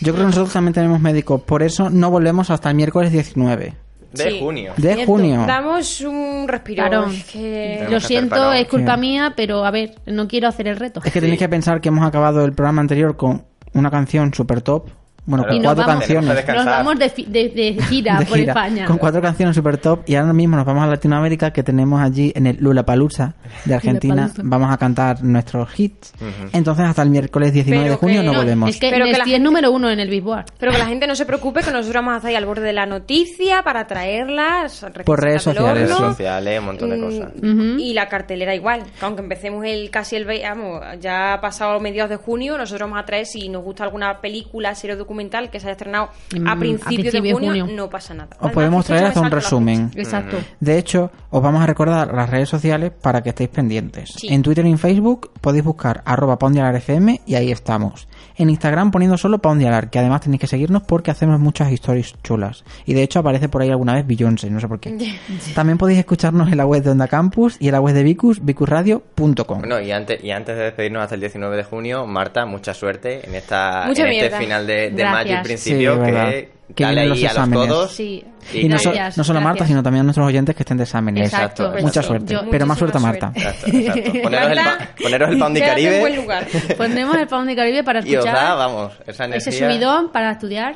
A: Yo creo que nosotros también tenemos médicos. Por eso no volvemos hasta el miércoles 19.
F: De junio.
A: De
G: Cierto.
A: junio.
G: Damos un respiro.
B: Claro.
G: es que-
B: Lo
F: Tenemos que
B: siento,
F: hacer
B: es culpa
A: Sí.
B: mía, pero a ver, no quiero hacer el reto.
A: Es que tenéis que pensar que hemos acabado el programa anterior con una canción super top. Bueno,
B: Y
A: con
B: nos
A: cuatro
B: vamos,
A: canciones.
B: nos vamos de, fi- de- de gira
A: de
B: por
A: gira,
B: España.
A: Con cuatro canciones super top. Y ahora mismo nos vamos a Latinoamérica, que tenemos allí en el Lula Palusa de Argentina.
B: Lollapalooza.
A: vamos a cantar nuestros hits. Entonces, hasta el miércoles 19
G: Pero
A: de junio
G: que-
A: no
G: no,
A: volvemos.
B: Es que
G: Pero que
B: Nestlé
G: la
B: es número uno en el Billboard.
G: Pero que la gente no se preocupe, que nosotros vamos a estar ahí al borde de la noticia para traerlas.
A: Por redes
G: refrescarlas al
A: sociales.
F: Redes
G: horno.
F: sociales, eh, un montón de cosas.
G: Mm, Y la cartelera igual, que aunque empecemos el casi el ve- vamos, ya ha pasado mediados de junio, nosotros vamos a traer si nos gusta alguna película, serie o documental que se haya estrenado
B: Mm,
G: a
B: a
G: principios de,
B: principio de
G: junio,
B: junio.
G: no pasa nada.
A: Os podemos traer hasta un resumen.
B: Exacto.
A: De hecho, os vamos a recordar las redes sociales para que estéis pendientes.
G: Sí.
A: En Twitter y en Facebook podéis buscar arroba pondialarfm y ahí estamos. En Instagram poniendo solo pondialar, que además tenéis que seguirnos porque hacemos muchas stories chulas. Y de hecho aparece por ahí alguna vez Beyoncé, no sé por qué. También podéis escucharnos en la web de Onda Campus y en la web de Vicus, vicusradio.com.
F: Bueno, y antes, y antes de despedirnos hasta el 19 de junio, Marta, mucha suerte en esta
B: Mucha
F: en este
B: mierda.
F: final de, de
B: Gracias.
F: mayo y
A: Sí,
F: principio,
A: verdad.
F: que,
A: Que
F: dale
A: vienen
F: ahí
A: los
F: a los
A: exámenes.
F: codos.
B: Sí.
F: y
A: Y no, so-
B: Gracias,
A: no solo a Marta,
B: gracias.
A: sino también a nuestros oyentes que estén de exámenes.
B: Exacto, Exacto,
A: Mucha
B: exacto.
A: suerte.
B: Yo-
A: Pero más suerte a
B: muchísima
A: Marta.
F: Exacto, exacto. Poneros el, pa- poneros el Pound y
B: Quédate en
F: Caribe
B: buen lugar. Pondremos el Pound de Caribe para
F: y os da,
B: escuchar
F: vamos, esa
B: ese
F: energía.
B: subidón para estudiar.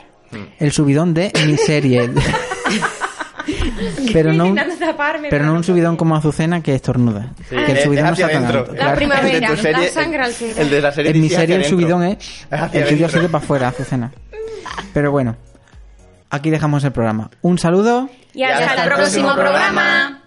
A: El subidón de mi serie. pero no, un-
G: Intentando taparme,
A: pero no un subidón como Azucena que estornuda.
F: Sí, Eh,
A: que el
F: es-
A: subidón
F: es
A: no
F: hacia
A: saca
F: adentro.
A: tanto.
F: La
A: Claro.
F: primavera, El de tu da serie- sangre al cerebro. el de la serie
A: En mi
F: dice
A: serie el
F: hacia
A: subidón es.
F: adentro. Es hacia
A: El tuyo
F: adentro.
A: sigue para afuera, Azucena. Pero bueno, aquí dejamos el programa. Un saludo.
G: Y hasta, el próximo programa.